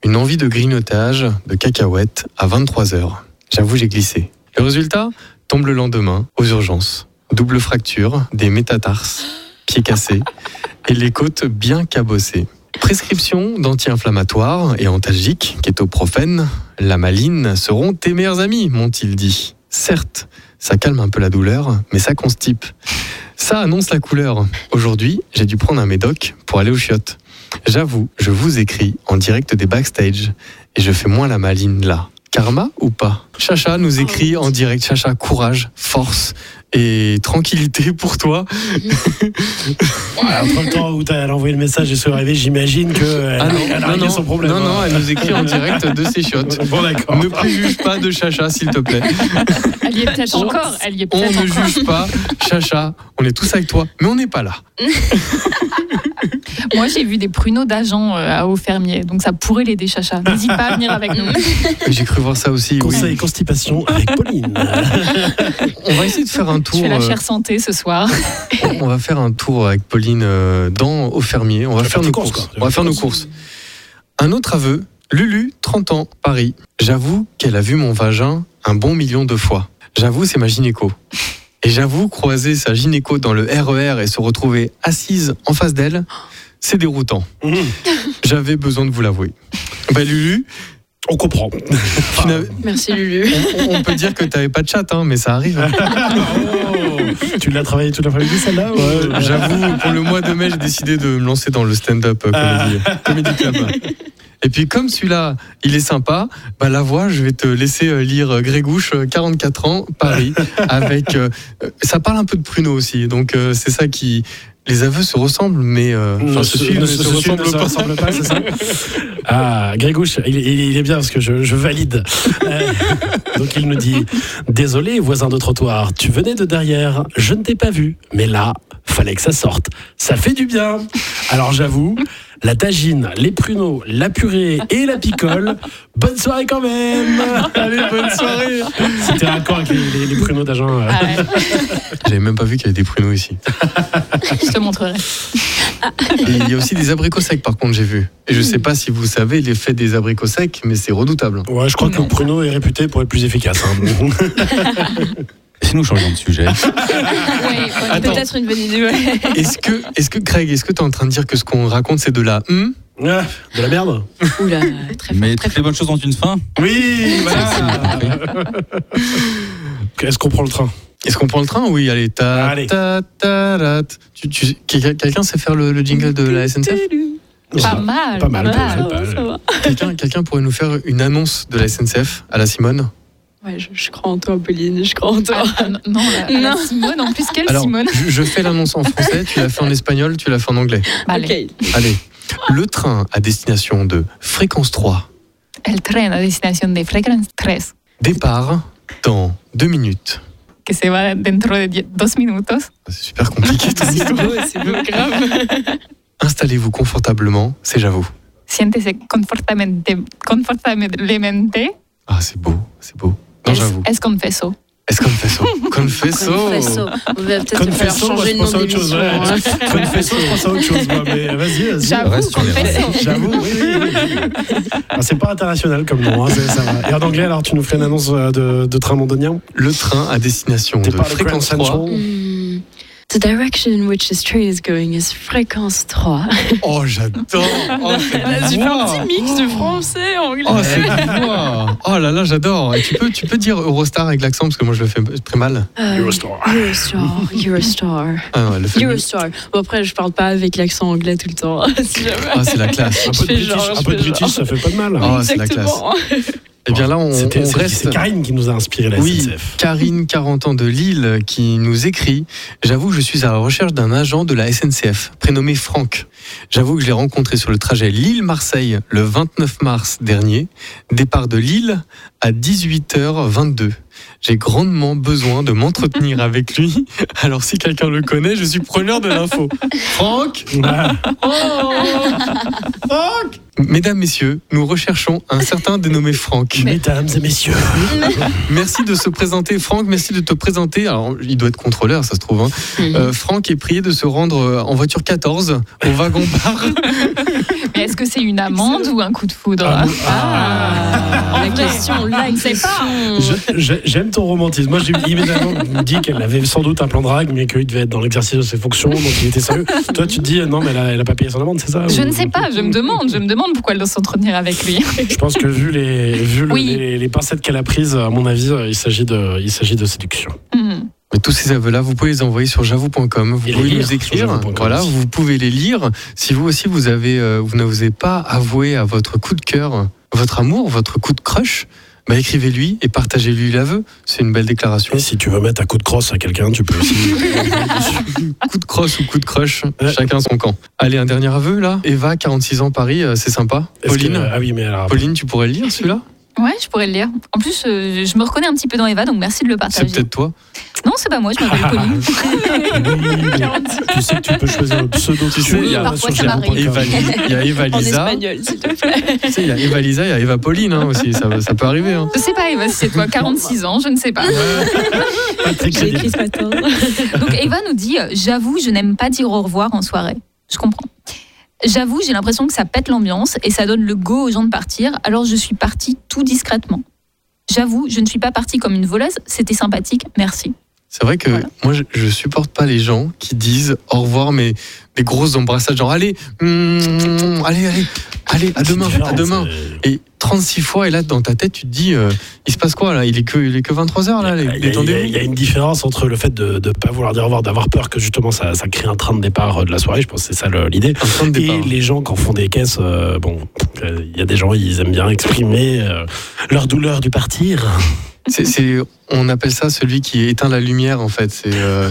Speaker 1: Une envie de grignotage de cacahuètes à 23h. J'avoue, j'ai glissé. Le résultat tombe le lendemain aux urgences. Double fracture, des métatarses, pieds cassés et les côtes bien cabossées. Prescription d'anti-inflammatoires et antalgiques, kétoprofène, la maline seront tes meilleurs amis, m'ont-ils dit. Certes, ça calme un peu la douleur, mais ça constipe. Ça annonce la couleur. Aujourd'hui, j'ai dû prendre un médoc pour aller aux chiottes. J'avoue, je vous écris en direct des backstage et je fais moins la maline là. Karma ou pas Chacha nous écrit en direct. Chacha, courage, force et tranquillité pour toi.
Speaker 2: Voilà, entre le temps où t'as- elle a envoyé le message et sont arrivé, j'imagine qu'elle
Speaker 1: Ah non,
Speaker 2: elle a
Speaker 1: non,
Speaker 2: réglé
Speaker 1: non,
Speaker 2: son problème. hein.
Speaker 1: non, non, elle nous écrit en direct de ses
Speaker 2: *laughs*
Speaker 1: chiottes.
Speaker 2: Bon, d'accord.
Speaker 1: Ne préjuge pas de Chacha, s'il te plaît.
Speaker 6: Elle y est peut-être
Speaker 1: Genre,
Speaker 6: encore. Elle y est
Speaker 1: On
Speaker 6: peut-être
Speaker 1: ne
Speaker 6: encore.
Speaker 1: juge pas Chacha. On est tous avec toi, mais on n'est pas là.
Speaker 6: Moi, j'ai vu des pruneaux d'agents euh, à Haut-Fermier, donc ça pourrait l'aider, Chacha. N'hésite pas à venir avec nous.
Speaker 1: J'ai cru voir ça aussi. oui.
Speaker 2: Conseil constipation avec
Speaker 1: *laughs*
Speaker 2: Pauline.
Speaker 1: On va essayer de faire un
Speaker 6: Je
Speaker 1: tour.
Speaker 6: fais la
Speaker 1: euh,
Speaker 6: chère santé ce soir.
Speaker 1: *laughs* On va faire un tour avec Pauline euh, dans au fermier. On va
Speaker 2: Tu vas
Speaker 1: faire
Speaker 2: faire
Speaker 1: nos
Speaker 2: tes courses,
Speaker 1: courses.
Speaker 2: quoi.
Speaker 1: On va faire nos courses. Un autre aveu. Lulu, 30 ans, Paris. J'avoue qu'elle a vu mon vagin un bon million de fois. J'avoue, c'est ma gynéco. Et j'avoue, croiser sa gynéco dans le RER et se retrouver assise en face d'elle, c'est déroutant.
Speaker 2: Mmh.
Speaker 1: J'avais besoin de vous l'avouer. Bah, Lulu,
Speaker 2: On comprend.
Speaker 1: tu n'avais-
Speaker 5: Merci Lulu.
Speaker 1: on, on peut dire que tu n'avais pas de chat, hein, mais ça arrive.
Speaker 2: tu l'as travaillé toute l'après-midi, celle-là ou-
Speaker 1: Euh, J'avoue, pour le mois de mai, j'ai décidé de me lancer dans le stand-up euh, comédie,
Speaker 2: Ah.
Speaker 1: comédie
Speaker 2: *laughs*
Speaker 1: club. Et puis comme celui-là, il est sympa, bah, la voix, je vais te laisser euh, lire euh, Grégouche, euh, 44 ans,
Speaker 2: *laughs*
Speaker 1: Paris, avec... euh, euh, ça parle un peu de pruneau aussi, donc euh, c'est ça qui... Les aveux se ressemblent, mais... euh, Enfin,
Speaker 2: Ne
Speaker 1: se
Speaker 2: se-
Speaker 1: suivent,
Speaker 2: ne
Speaker 1: mais
Speaker 2: se-
Speaker 1: se
Speaker 2: se suivent, ne
Speaker 1: ressemblent
Speaker 2: se
Speaker 1: pas.
Speaker 2: ressemblent pas, c'est ça *laughs* Ah, Grégouche, il, il- il est bien parce que je, je valide. Euh, donc il nous dit Désolé, voisin de trottoir, tu venais de derrière, je ne t'ai pas vu, mais là, fallait que ça sorte. Ça fait du bien. Alors j'avoue, la tagine, les pruneaux, la purée et la picole, bonne soirée quand même Allez, bonne soirée C'était raccord avec les, les- les pruneaux d'agent. euh.
Speaker 6: Ah ouais,
Speaker 1: J'avais même pas vu qu'il y avait des pruneaux ici.
Speaker 6: je te montrerai.
Speaker 1: Et il y a aussi des abricots secs, par contre, j'ai vu. Et je sais
Speaker 2: Hmm.
Speaker 1: pas si vous savez l'effet des abricots secs, mais c'est
Speaker 2: *laughs*
Speaker 1: redoutable.
Speaker 2: Ouais, je crois que le pruneau est réputé pour être plus efficace. hein. *laughs*
Speaker 4: Sinon, changeons de sujet.
Speaker 6: Ouais, ouais.
Speaker 1: Attends.
Speaker 5: Peut-être une bonne idée. ouais.
Speaker 1: Est-ce que, est-ce que Craig, est-ce que tu es en train de dire que ce qu'on raconte, c'est de la... hum
Speaker 2: Ah, De la merde
Speaker 5: Oula, très fort.
Speaker 4: Mais
Speaker 5: très
Speaker 4: toutes les bonnes choses ont une fin.
Speaker 2: Oui, *laughs* Est-ce qu'on prend le train
Speaker 1: Est-ce qu'on prend le train Oui, allez. Ta,
Speaker 2: Allez.
Speaker 1: ta, ta, ta, ta. Tu- tu- quel- quelqu'un sait faire le, le jingle de la SNCF
Speaker 6: Pas mal.
Speaker 2: Pas mal,
Speaker 6: pas
Speaker 2: pas mal.
Speaker 6: mal.
Speaker 1: quelqu'un, quelqu'un pourrait nous faire une annonce de la SNCF à la Simone
Speaker 5: Ouais, je, je crois en toi, Pauline, je crois en toi.
Speaker 6: Ah, non, non, la- la Simone, en plus, quelle
Speaker 1: Alors,
Speaker 6: Simone
Speaker 1: je, je fais l'annonce en français, tu l'as fait en espagnol, tu l'as fait en anglais.
Speaker 6: Bah, allez.
Speaker 5: Ok.
Speaker 1: Allez. Le train à destination de Fréquence 3
Speaker 6: El tren a destinación de Fragrance 3,
Speaker 1: départ dans deux minutes. Ah,
Speaker 6: que se va dentro de die- dos minutos.
Speaker 1: C'est super compliqué. ton histoire.
Speaker 5: C'est beau, grave.
Speaker 1: Installez-vous confortablement, c'est j'avoue.
Speaker 6: Siéntese confortamente, confortablemente.
Speaker 1: Ah, c'est beau, c'est beau. Non, j'avoue.
Speaker 6: Es, es confeso.
Speaker 1: Est-ce qu'on fait ça
Speaker 5: Confesso. On va peut-être falloir
Speaker 2: Confesso, moi,
Speaker 5: changer
Speaker 2: je
Speaker 5: de
Speaker 2: pense
Speaker 5: nom
Speaker 2: à autre chose.
Speaker 5: d'émission.
Speaker 2: ouais.
Speaker 5: hein.
Speaker 2: *laughs* Confesso, je pense à autre chose. moi, Mais vas-y, vas-y.
Speaker 6: J'avoue,
Speaker 4: reste sur les rails.
Speaker 6: confeso.
Speaker 2: J'avoue, oui, oui,
Speaker 5: *laughs*
Speaker 2: oui. Ah, C'est pas international comme nom. hein, c'est- ça va. Et en anglais, alors, tu nous fais une annonce euh, de, de train londonien
Speaker 1: Le train à destination
Speaker 2: T'es
Speaker 1: de
Speaker 2: pas le Grand
Speaker 1: Fréquence 3
Speaker 5: hein.
Speaker 2: Central
Speaker 5: Hmm.
Speaker 3: Mm. The direction in which this train is going is fréquence
Speaker 5: *laughs*
Speaker 3: 3.
Speaker 1: Oh,
Speaker 2: *laughs*
Speaker 1: j'adore Oh, c'est
Speaker 5: Ah, J'ai fait un
Speaker 1: moi.
Speaker 5: petit mix de français, anglais.
Speaker 1: Oh, c'est du
Speaker 2: *laughs*
Speaker 1: bois. Oh là là, j'adore. Et tu peux, tu peux dire Eurostar avec l'accent parce que moi je le fais très mal.
Speaker 3: Euh,
Speaker 2: Eurostar.
Speaker 3: Eurostar, Eurostar,
Speaker 1: Ah non, elle le fait. mieux.
Speaker 5: Eurostar. Bon, après, je parle pas avec l'accent anglais tout le temps. *laughs* si jamais.
Speaker 1: Ah, c'est la classe.
Speaker 2: *laughs* Un
Speaker 5: Je
Speaker 2: peu de
Speaker 5: fais genre,
Speaker 2: british,
Speaker 5: je
Speaker 2: un peu de
Speaker 5: fais genre.
Speaker 2: british, ça fait pas de mal.
Speaker 1: Ah, c'est la
Speaker 5: Exactement.
Speaker 1: Eh bien là, on,
Speaker 2: C'était-
Speaker 1: on
Speaker 2: c'est-
Speaker 1: reste.
Speaker 2: C'est Karine qui nous a inspiré la
Speaker 1: Oui,
Speaker 2: SNCF.
Speaker 1: Karine, 40 ans de Lille, qui nous écrit J'avoue, je suis à la recherche d'un agent de la SNCF, prénommé Franck. J'avoue que je l'ai rencontré sur le trajet Lille-Marseille le 29 mars dernier, départ de Lille à 18h22. J'ai grandement besoin de m'entretenir avec lui. Alors si quelqu'un le connaît, je suis preneur de l'info. Franck
Speaker 5: *laughs* Oh.
Speaker 1: Franck Mesdames, messieurs, nous recherchons un certain dénommé Franck.
Speaker 2: Mesdames et messieurs.
Speaker 1: Merci de se présenter, Franck. Merci de te présenter. Alors, il doit être contrôleur, ça se trouve. hein.
Speaker 2: Mhm.
Speaker 1: Euh, Franck est prié de se rendre euh, en voiture 14 au wagon bar.
Speaker 6: Mais est-ce que c'est une amende ou un coup de foudre
Speaker 2: Ah, bon
Speaker 5: Ah, la question, là,
Speaker 6: sait
Speaker 5: question.
Speaker 2: Je- je- J'aime ton romantisme. Moi, j'ai immédiatement
Speaker 6: *laughs*
Speaker 2: dit qu'elle avait sans doute un plan de drague, mais qu'il devait être dans l'exercice de ses fonctions, donc il était sérieux. Toi, tu te dis, euh, non, mais elle a, elle a pas payé son amende, c'est ça
Speaker 6: Je
Speaker 2: Ou-
Speaker 6: ne sais pas, je me demande, je me demande pourquoi elle doit s'entretenir avec lui.
Speaker 2: Je pense que vu les, vu le-
Speaker 6: Oui.
Speaker 2: les, les pincettes qu'elle a prises, à mon avis, euh, il s'agit de, il s'agit de séduction.
Speaker 6: Mhm.
Speaker 1: Mais tous ces aveux-là, vous pouvez les envoyer sur javou.com. Vous
Speaker 2: Et les
Speaker 1: pouvez
Speaker 2: lire
Speaker 1: nous
Speaker 2: sur
Speaker 1: écrire.
Speaker 2: javou.com.
Speaker 1: Voilà, vous pouvez les lire. Si vous aussi, vous avez, euh, vous n'osez pas avouer à votre coup de cœur, votre amour, votre coup de crush, bah, écrivez-lui et partagez-lui l'aveu. C'est une belle déclaration.
Speaker 2: Et si tu veux mettre un coup de crosse à quelqu'un, tu peux
Speaker 6: *laughs*
Speaker 2: aussi.
Speaker 1: coup de crosse ou coup de crush,
Speaker 2: Ah. Ouais.
Speaker 1: chacun son camp. Allez, un dernier aveu là. Eva, 46 ans, Paris, euh, c'est sympa.
Speaker 2: Est-ce que-
Speaker 1: Pauline,
Speaker 2: ah oui, mais alors.
Speaker 1: Pauline, tu pourrais le lire celui-là
Speaker 6: Ouais, je pourrais le lire. En plus, euh, je me reconnais un petit peu dans Eva, donc merci de le
Speaker 1: C'est
Speaker 6: partager.
Speaker 1: peut-être toi.
Speaker 6: Non, c'est pas moi, je m'appelle Pauline.
Speaker 5: *laughs*
Speaker 6: *laughs*
Speaker 2: tu sais que tu peux choisir le pseudo
Speaker 1: Tu sais, il y a-
Speaker 6: parfois, ça
Speaker 2: Jérôme
Speaker 6: m'arrive.
Speaker 2: Poincaré.
Speaker 1: Eva-
Speaker 6: *laughs*
Speaker 1: Il y a Eva
Speaker 5: En
Speaker 1: Lisa,
Speaker 5: espagnol, s'il te plaît.
Speaker 1: tu sais, il y a Eva Lisa, il y a Eva Pauline hein, aussi, ça, ça peut arriver. hein.
Speaker 6: Je sais pas, Eva, si c'est toi, 46 ans, je ne sais pas.
Speaker 5: J'ai écrit ce matin.
Speaker 6: Donc Eva nous dit euh, J'avoue, je n'aime pas dire au revoir en soirée. Je comprends. J'avoue, j'ai l'impression que ça pète l'ambiance et ça donne le go aux gens de partir, alors je suis partie tout discrètement. J'avoue, je ne suis pas partie comme une voleuse, c'était sympathique, merci.
Speaker 1: C'est vrai que
Speaker 6: Voilà.
Speaker 1: moi, je, je supporte pas les gens qui disent au revoir, mais des grosses embrassades, genre allez, mm, allez, allez, allez, à
Speaker 2: C'est
Speaker 1: demain,
Speaker 2: différent,
Speaker 1: à demain.
Speaker 2: c'est-
Speaker 1: Et 36 fois, et là, dans ta tête, tu te dis, euh, il se passe quoi là Il est que, il est que 23h là,
Speaker 2: Il y, a, il y a- il y
Speaker 1: Ah, détendez-vous.
Speaker 2: a une différence entre le fait de ne pas vouloir dire au revoir, d'avoir peur que justement ça, ça crée un train de départ euh, de la soirée, je pense que c'est ça le- l'idée.
Speaker 1: Un train de
Speaker 2: Et
Speaker 1: départ.
Speaker 2: les gens qui en font des caisses, euh, bon, euh, il y a des gens, ils aiment bien exprimer euh, leur douleur du partir.
Speaker 1: *laughs* C'est- c'est- on appelle ça celui qui éteint la lumière en fait. C'est
Speaker 6: *laughs*
Speaker 1: euh,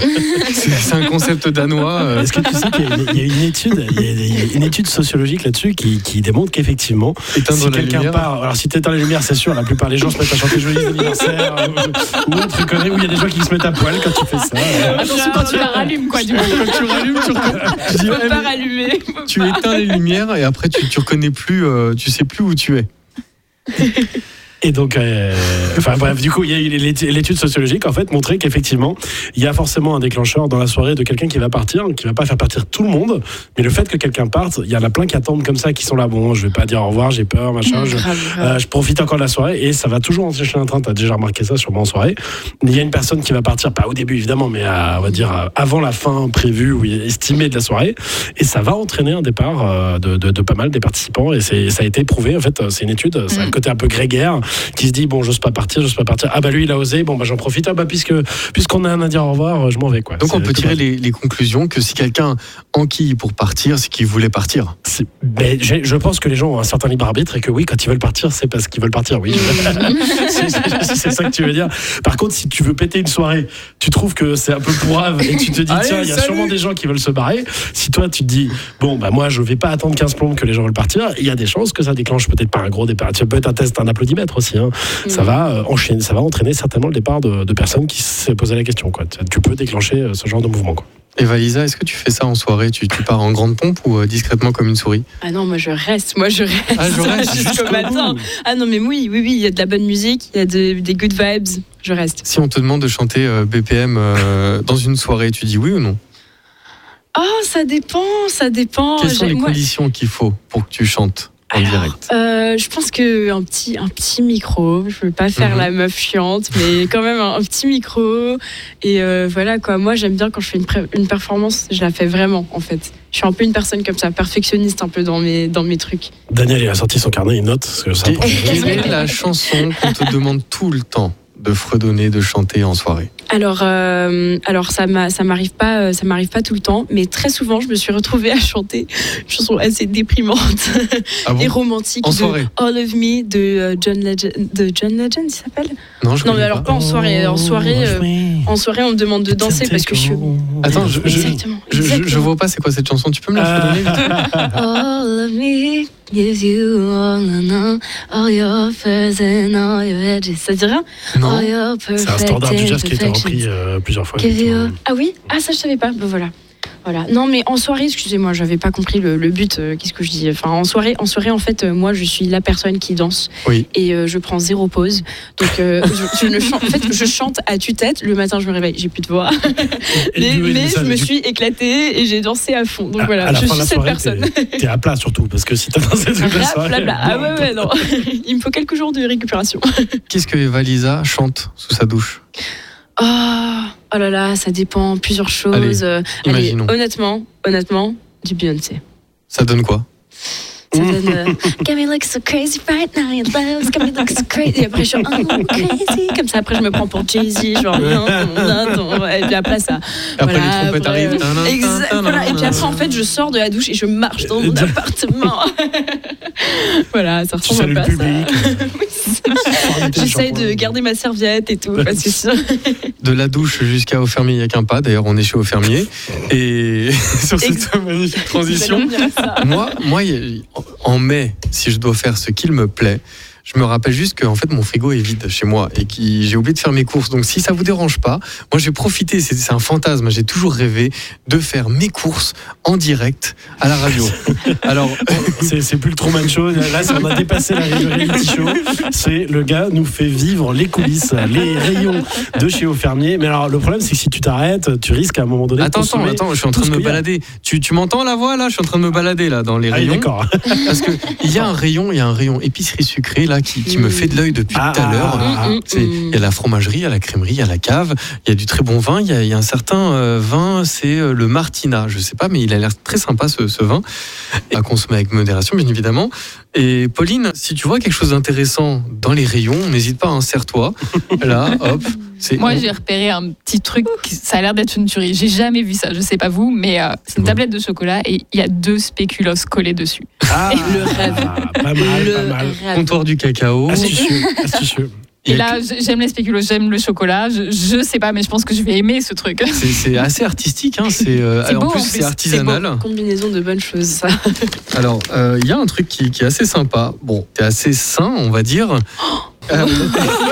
Speaker 1: c'est- c'est un concept danois. euh,
Speaker 2: Est-ce que tu sais qu'il y a une- il y, a une étude, il y a- il y a une étude sociologique là-dessus qui, qui démontre qu'effectivement,
Speaker 1: éteindre
Speaker 2: si
Speaker 1: la
Speaker 2: quelqu'un
Speaker 1: lumière.
Speaker 2: part, alors si t'éteins les lumières, c'est sûr, la plupart des gens se mettent à chanter joyeux anniversaire euh, ou, ou autre connerie, ou il y a des gens qui se mettent à poil quand tu fais ça. euh.
Speaker 6: Attention quand tu la rallumes, quoi, du coup.
Speaker 1: Quand tu rallumes, tu, recon- tu dis,
Speaker 5: Faut
Speaker 1: eh,
Speaker 5: pas rallumer.
Speaker 1: mais tu éteins les lumières et après tu, tu reconnais plus, euh, tu sais plus où tu es.
Speaker 2: Et donc, euh, enfin bref, du coup, il y a eu l'étu- l'étude sociologique en fait montrait qu'effectivement, il y a forcément un déclencheur dans la soirée de quelqu'un qui va partir, qui va pas faire partir tout le monde, mais le fait que quelqu'un parte, il y en a plein qui attendent comme ça, qui sont là, bon, je vais pas dire au revoir, j'ai peur, machin,
Speaker 5: Mm.
Speaker 2: je, euh, je profite encore de la soirée et ça va toujours enchaîner un train. T'as déjà remarqué ça sûrement en soirée. Il y a une personne qui va partir, pas au début évidemment, mais à, on va dire à- avant la fin prévue ou estimée de la soirée, et ça va entraîner un départ euh, de, de- de pas mal des participants. Et c'est- ça a été prouvé. En fait, euh, c'est une étude, c'est un
Speaker 6: Mm.
Speaker 2: côté un peu grégaire qui se dit bon, j'ose pas partir, j'ose pas partir. Ah bah lui, il a osé. Bon bah j'en profite. Ah bah puisque puisqu'on a un à dire au revoir, euh, je m'en vais quoi.
Speaker 1: Donc on
Speaker 2: C'est
Speaker 1: peut
Speaker 2: comme
Speaker 1: tirer
Speaker 2: ça.
Speaker 1: les, les conclusions que si quelqu'un enquille pour partir, c'est qu'il voulait partir.
Speaker 2: C'est- Mais j'ai- je pense que les gens ont un certain libre arbitre et que oui, quand ils veulent partir, c'est parce qu'ils veulent partir. Oui, C'est- c'est c'est ça que tu veux dire. Par contre, si tu veux péter une soirée, tu trouves que c'est un peu pourrave et tu te dis
Speaker 1: Allez,
Speaker 2: tiens, il y a
Speaker 1: salut
Speaker 2: sûrement des gens qui veulent se barrer. Si toi tu te dis bon bah moi je vais pas attendre 15 plombes que les gens veulent partir, il y a des chances que ça déclenche peut-être pas un gros départ. Ça peut être un test, un applaudimètre aussi. hein. Ça va euh, enchaîner, ça va entraîner certainement le départ de, de personnes qui se posaient la question. Quoi. Tu- Tu peux déclencher euh, ce genre de mouvement. Quoi.
Speaker 1: Et Valisa, est-ce que tu fais ça en soirée tu, tu pars en grande pompe ou euh, discrètement comme une souris
Speaker 5: Ah non, moi je reste, moi *laughs* je reste.
Speaker 1: Ah, je reste
Speaker 5: jusqu'au matin. Ah non, mais oui, oui, oui, il y a de la bonne musique, il y a de- des good vibes, je reste.
Speaker 1: Si on te demande de chanter euh, BPM euh, dans une soirée, tu dis oui ou non
Speaker 5: Ah, ça dépend, ça dépend.
Speaker 1: Quelles sont
Speaker 5: J'ai-
Speaker 1: les
Speaker 5: moi,
Speaker 1: conditions qu'il faut pour que tu chantes en
Speaker 5: Alors,
Speaker 1: direct
Speaker 5: euh, je pense que un petit, un petit micro. Je veux pas faire
Speaker 1: Mhm.
Speaker 5: la meuf chiante, mais quand même un, un petit micro. Et euh, voilà quoi. Moi, j'aime bien quand je fais une, pré- une performance, je la fais vraiment en fait. Je suis un peu une personne comme ça, perfectionniste un peu dans mes, dans mes trucs.
Speaker 2: Daniel il a sorti son carnet, il note. parce que ça
Speaker 1: Que-
Speaker 2: prend-
Speaker 1: Quelle est la chanson qu'on te demande tout le temps de fredonner, de chanter en soirée
Speaker 5: Alors, euh, alors ça m'a- ça m'arrive pas, euh, ça m'arrive pas tout le temps, mais très souvent, je me suis retrouvée à chanter une chanson assez déprimante
Speaker 1: Ah bon
Speaker 5: et romantique
Speaker 1: En
Speaker 5: de
Speaker 1: soirée
Speaker 5: All of Me de euh, John Legend, de John Legend, il s'appelle.
Speaker 1: Non, je
Speaker 5: Non, mais
Speaker 1: connais
Speaker 5: alors
Speaker 1: pas.
Speaker 5: pas en soirée. En soirée, euh, en soirée, on me demande de danser parce que je suis.
Speaker 1: Attends, je, je,
Speaker 5: Exactement.
Speaker 1: je- je- je
Speaker 5: exactement. Euh.
Speaker 1: vois pas c'est quoi cette chanson. Tu peux me la
Speaker 2: Ah.
Speaker 1: redonner vite
Speaker 3: All of me gives you all and all, all your furs and all your edges. Ça te dit rien All
Speaker 1: Non.
Speaker 3: your perfect
Speaker 2: C'est un standard du jazz qui a été
Speaker 3: imperfections.
Speaker 2: repris euh, plusieurs fois.
Speaker 3: Give you-
Speaker 2: effectivement.
Speaker 5: Ah oui Ah ça je savais pas. Ben voilà. Voilà. Non mais en soirée, excusez-moi, j'avais pas compris le, le but. euh, Qu'est-ce que je dis Enfin en soirée, en soirée en fait, euh, moi je suis la personne qui danse
Speaker 1: Oui.
Speaker 5: et euh, je prends zéro pause. Donc euh, je, je ne chante. En fait, je chante à tue-tête. Le matin, je me réveille, j'ai plus de voix,
Speaker 2: Et
Speaker 5: mais,
Speaker 2: du- et
Speaker 5: mais
Speaker 2: du-
Speaker 5: je me suis éclatée et j'ai dansé à fond. Donc
Speaker 2: à-
Speaker 5: voilà,
Speaker 2: à la
Speaker 5: je
Speaker 2: fin de
Speaker 5: suis
Speaker 2: la
Speaker 5: cette
Speaker 2: soirée,
Speaker 5: personne.
Speaker 2: *laughs* T'es à plat surtout, parce que si t'as dansé toute la
Speaker 5: Bla,
Speaker 2: soirée.
Speaker 5: bla, bla. Ah ouais ouais non. *laughs* Il me faut quelques jours de récupération.
Speaker 1: Qu'est-ce que Valisa chante sous sa douche
Speaker 5: Oh, oh là là, ça dépend plusieurs choses. Euh, Allez,
Speaker 1: Imaginons.
Speaker 5: honnêtement, honnêtement, du Beyoncé.
Speaker 1: Ça donne quoi
Speaker 5: *laughs* Ça donne, euh,
Speaker 3: Gabby looks so crazy right now, it loves Gabby looks so crazy.
Speaker 5: et après, je suis oh, crazy. Comme ça, après, je me prends pour Jay-Z. Genre, non, non, non. Et puis après, ça.
Speaker 1: Après
Speaker 5: voilà,
Speaker 1: les trompettes
Speaker 5: après,
Speaker 1: arrivent.
Speaker 5: euh, Exact, voilà. Et puis après, en fait, je sors de la douche et je marche dans mon appartement. *laughs* voilà, ça
Speaker 2: Tu salues
Speaker 5: ressemble pas
Speaker 2: le
Speaker 5: à
Speaker 2: public.
Speaker 5: ça. J'essaye de garder ma serviette et tout. Parce que sinon, *laughs*
Speaker 1: De la douche jusqu'à au fermier, il n'y a qu'un pas. D'ailleurs, on est chez au fermier. Et *laughs* sur cette magnifique transition, Ah,
Speaker 5: vous allez revenir à ça.
Speaker 1: moi, moi, y- en mai, si je dois faire ce qu'il me plaît, je me rappelle juste que en fait mon frigo est vide chez moi et que j'ai oublié de faire mes courses. Donc si ça vous dérange pas, moi j'ai profité. C'est c'est un fantasme. J'ai toujours rêvé de faire mes courses en direct à la radio.
Speaker 2: *laughs*
Speaker 1: Alors
Speaker 2: C'est c'est plus le Truman Show. Là, ça, on a dépassé la le reality show. C'est le gars nous fait vivre les coulisses, les rayons de chez au fermier. Mais alors, le problème, c'est que si tu t'arrêtes, tu risques à un moment donné. de
Speaker 1: attends, attends,
Speaker 2: consommer-
Speaker 1: attends, je suis en train de
Speaker 2: tout ce
Speaker 1: me
Speaker 2: qu'il y a.
Speaker 1: balader. Tu, tu m'entends la voix là Je suis en train de me balader là dans les
Speaker 2: Ah oui,
Speaker 1: rayons.
Speaker 2: d'accord.
Speaker 1: Parce que il y a un rayon, il y a un rayon épicerie sucrée là qui, qui me fait de l'œil depuis
Speaker 2: Ah,
Speaker 1: tout à l'heure.
Speaker 2: ah, ah.
Speaker 5: Mm, mm,
Speaker 1: C'est- Il y a la fromagerie, il y a la crèmerie, il y a la cave, il y a du très bon vin, il y a, il y a un certain euh, vin, c'est euh, le Martina, je sais pas, mais il a l'air très sympa ce, ce vin, Et à consommer avec modération bien évidemment. Et Pauline, si tu vois quelque chose d'intéressant dans les rayons, n'hésite pas, hein, serre-toi, là, hop. c'est-
Speaker 6: Moi, j'ai repéré un petit truc. qui- Ça a l'air d'être une tuerie. J'ai jamais vu ça. Je sais pas vous, mais euh, c'est une
Speaker 1: Ouais.
Speaker 6: tablette de chocolat et il y a deux spéculoos collés dessus.
Speaker 2: Ah,
Speaker 5: Le rêve.
Speaker 2: Pas mal, pas
Speaker 5: Le
Speaker 2: mal.
Speaker 5: rêve.
Speaker 1: comptoir du
Speaker 2: Ah,
Speaker 1: cacao.
Speaker 2: Astucieux, astucieux.
Speaker 1: Il y
Speaker 6: Et
Speaker 1: a
Speaker 6: là, j- j'aime les spéculoos, j'aime le chocolat. Je, je sais pas, mais je pense que je vais aimer ce *laughs* truc.
Speaker 1: C'est c'est assez artistique, hein, c'est euh,
Speaker 6: C'est
Speaker 1: en,
Speaker 6: beau, en
Speaker 1: plus,
Speaker 6: plus,
Speaker 1: c'est artisanal.
Speaker 5: Combinaison de bonnes choses, ça.
Speaker 1: Alors, euh, il y a un truc qui, qui est assez sympa. Bon, c'est assez sain, on va dire.
Speaker 2: Oh,
Speaker 1: Euh,
Speaker 2: *laughs*
Speaker 1: *laughs*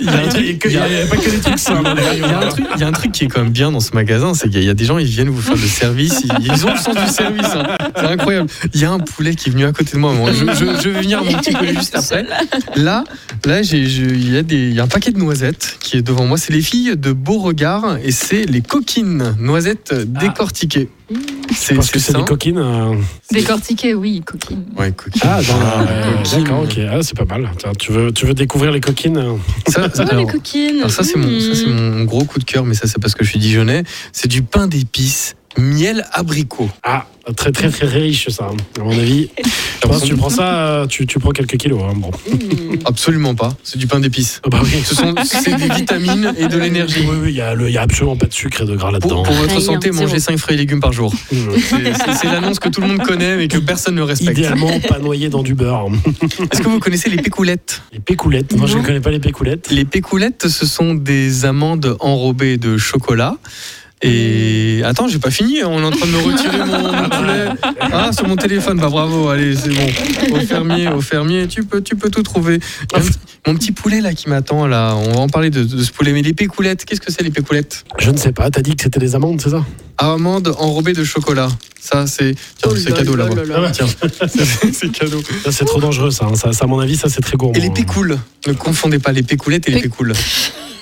Speaker 2: Il y a un truc- il y a- il y a pas que des trucs simples. dans les
Speaker 1: Il
Speaker 2: rayons.
Speaker 1: y, a un truc, il y a un truc qui est quand même bien dans ce magasin, c'est qu'il y a des gens, ils viennent vous faire le service, ils, ils ont le sens du service, hein. c'est incroyable. Il y a un poulet qui est venu à côté de moi, moi. Je, je- je vais venir mon petit poulet juste après. Là, là, j'ai- je- il y, a des- il y a un paquet de noisettes qui est devant moi, c'est les filles de Beauregard et c'est les coquines noisettes décortiquées. C'est
Speaker 2: Parce Ah. que c'est
Speaker 1: sain.
Speaker 2: des coquines. euh,
Speaker 6: Décortiqué, oui, coquine.
Speaker 1: Ouais, coquines.
Speaker 2: Ah, dans la-
Speaker 1: Coquines.
Speaker 2: d'accord, ok. Ah, c'est pas mal. Tiens, tu, veux, tu veux découvrir les coquines euh,
Speaker 1: Ça, ça-
Speaker 5: Oh, les
Speaker 1: alors-
Speaker 5: coquines.
Speaker 1: Alors ça c'est mon, ça, c'est
Speaker 5: Mm.
Speaker 1: mon gros coup de cœur, mais ça c'est parce que je suis Dijonais. C'est du pain d'épices, miel abricot.
Speaker 2: Ah, très, très, très riche, ça, hein, à mon avis. Je pense que tu prends ça, euh, tu, tu prends quelques kilos. hein, bon.
Speaker 5: Mm.
Speaker 1: Absolument pas. C'est du pain d'épices.
Speaker 2: Ah Bah oui.
Speaker 1: Ce sont c'est des vitamines et de l'énergie.
Speaker 2: Oui, oui, il y, a le- il y a absolument pas de sucre et de gras
Speaker 1: Pour,
Speaker 2: là-dedans.
Speaker 1: pour votre
Speaker 5: Rien,
Speaker 1: santé,
Speaker 5: zéro.
Speaker 1: mangez 5 fruits et légumes par jour.
Speaker 2: Mmh.
Speaker 1: C'est c'est- c'est l'annonce que tout le monde connaît mais que personne ne respecte.
Speaker 2: Idéalement, pas noyé dans du beurre. hein.
Speaker 1: Est-ce que vous connaissez les pécoulettes
Speaker 2: Les pécoulettes. Moi, je
Speaker 5: Non.
Speaker 2: ne connais pas les pécoulettes.
Speaker 1: Les pécoulettes, ce sont des amandes enrobées de chocolat. Et
Speaker 5: Mmh.
Speaker 1: attends, j'ai pas fini. On est en train de me retirer mon,
Speaker 5: *laughs*
Speaker 1: mon poulet. Ah, sur mon téléphone. Bah bravo. Allez, c'est bon. Au fermier, au fermier, tu peux, tu peux tout trouver. Il y a un petit- mon petit poulet là qui m'attend là. On va en parler de, de ce poulet. Mais les pécoulettes, qu'est-ce que c'est les pécoulettes
Speaker 2: Je ne sais pas. T'as dit que c'était des amandes, c'est ça
Speaker 1: Amandes enrobées de chocolat. Ça, c'est tiens,
Speaker 5: Oh
Speaker 1: c'est
Speaker 5: là
Speaker 1: cadeau
Speaker 5: là
Speaker 1: là-bas.
Speaker 5: là là.
Speaker 1: Tiens, c'est c'est cadeau.
Speaker 2: Ça, Ah *laughs* c'est trop dangereux, ça, hein. ça. ça, à mon avis, ça, c'est très gourmand. hein.
Speaker 1: Et les pécoules. Ne confondez pas les pécoulettes et les
Speaker 5: Péc-
Speaker 1: pécoules.
Speaker 5: *laughs*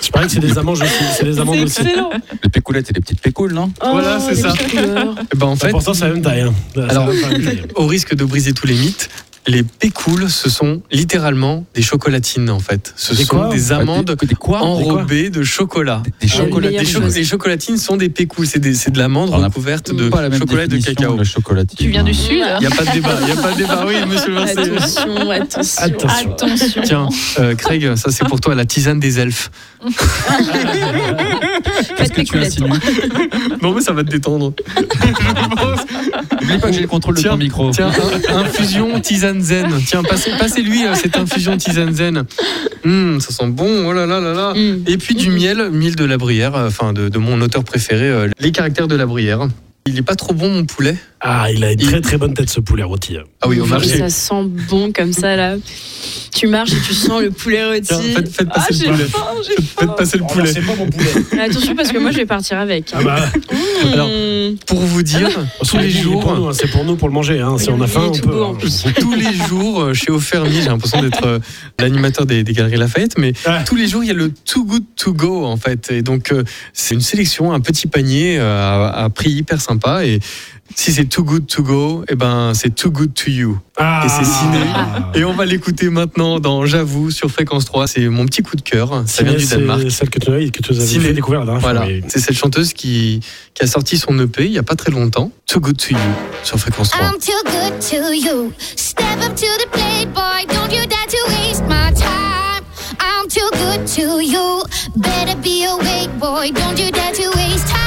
Speaker 2: Je parie que c'est des amandes aussi. C'est des amandes
Speaker 5: C'est
Speaker 2: aussi.
Speaker 5: excellent.
Speaker 4: Les pécoulettes et les petites pécoules, non
Speaker 1: Voilà,
Speaker 5: Oh,
Speaker 1: c'est
Speaker 5: les
Speaker 1: ça. *laughs*
Speaker 5: couleurs.
Speaker 1: Et ben en fait,
Speaker 2: Pourtant, c'est la même taille. hein. C'est
Speaker 1: Alors-
Speaker 2: la même taille.
Speaker 1: au risque de briser tous les mythes, les pécoules, ce sont littéralement des chocolatines en fait. Ce
Speaker 2: Des
Speaker 1: sont
Speaker 2: quoi
Speaker 1: des amandes
Speaker 4: Des quoi
Speaker 1: enrobées de chocolat.
Speaker 4: Des chocolats.
Speaker 5: meilleure
Speaker 1: Les, cho-
Speaker 5: chose.
Speaker 1: les chocolatines sont des pécoules, c'est des- c'est de l'amande
Speaker 4: On a
Speaker 1: recouverte de chocolat et de cacao.
Speaker 4: Le chocolatine.
Speaker 6: Tu viens du
Speaker 4: Hein.
Speaker 6: sud
Speaker 1: Il n'y a pas de débat, il n'y a pas de débat. Oui, monsieur Vincent.
Speaker 5: Attention, attention.
Speaker 2: Attention.
Speaker 6: Attention.
Speaker 1: Tiens, euh, Craig, ça c'est pour toi la tisane des elfes.
Speaker 5: Faites
Speaker 4: Tu
Speaker 5: péculette.
Speaker 4: insinues.
Speaker 1: Non mais ça va te détendre.
Speaker 4: N'oublie pas que j'ai le contrôle de
Speaker 1: Tiens,
Speaker 4: ton micro.
Speaker 1: Tiens, in- infusion tisane zen. Tiens, passez, lui euh, cette infusion tisane zen. Hum, ça sent bon, oh là là là là.
Speaker 5: Mm.
Speaker 1: Et puis du miel, miel de la Bruyère, euh, enfin de, de mon auteur préféré, euh, les caractères de la Bruyère. Il est pas trop bon mon poulet.
Speaker 2: Ah, il a une
Speaker 1: Il-
Speaker 2: très très bonne tête ce poulet rôti. hein.
Speaker 1: Ah oui, au marché.
Speaker 5: Ça sent bon comme ça là. Tu marches et tu sens le poulet
Speaker 1: Tiens,
Speaker 5: rôti.
Speaker 1: faites, faites
Speaker 5: Ah,
Speaker 1: passer
Speaker 5: j'ai
Speaker 1: le poulet.
Speaker 5: faim, j'ai
Speaker 1: Faites-
Speaker 5: faim.
Speaker 1: Faites passer
Speaker 2: Oh,
Speaker 1: le poulet.
Speaker 2: bah, pas mon poulet.
Speaker 5: Attention parce que moi je vais partir avec.
Speaker 2: Ah bah,
Speaker 1: Alors,
Speaker 5: Mmh.
Speaker 1: Pour vous dire, tous les
Speaker 2: c'est pour nous,
Speaker 1: jours,
Speaker 2: hein, c'est pour nous pour le manger. hein. Si on
Speaker 5: Il
Speaker 2: a
Speaker 5: est
Speaker 2: faim, on
Speaker 5: tout
Speaker 2: peut.
Speaker 5: beau,
Speaker 2: hein.
Speaker 1: euh,
Speaker 5: en plus.
Speaker 1: tous les jours, euh, chez Offermi, j'ai l'impression d'être euh, l'animateur des, des Galeries Lafayette, mais
Speaker 2: Ouais.
Speaker 1: tous les jours, il y a le Too Good To Go, en fait. Et donc, euh, c'est une sélection, un petit panier euh, à, à prix hyper sympa. Et si c'est Too Good To Go, eh ben, c'est Too Good To You.
Speaker 2: Ah.
Speaker 1: Et c'est ciné. Et on va l'écouter maintenant dans J'avoue sur Fréquence 3. C'est mon petit coup de cœur. Ça
Speaker 2: Ciné,
Speaker 1: vient du
Speaker 2: c'est
Speaker 1: Danemark.
Speaker 2: Celle que tu as, que tu nous avais
Speaker 1: Ciné.
Speaker 2: fait découvrir la dernière fois,
Speaker 1: Voilà,
Speaker 2: mais-
Speaker 1: c'est cette chanteuse qui, qui a sorti son EP il n'y a pas très longtemps, Too Good To You, sur Fréquence 3.
Speaker 7: I'm too good to you. Step up to the plate, boy. Don't you dare to waste my time. I'm too good to you. Better be awake, boy. Don't you dare to waste time.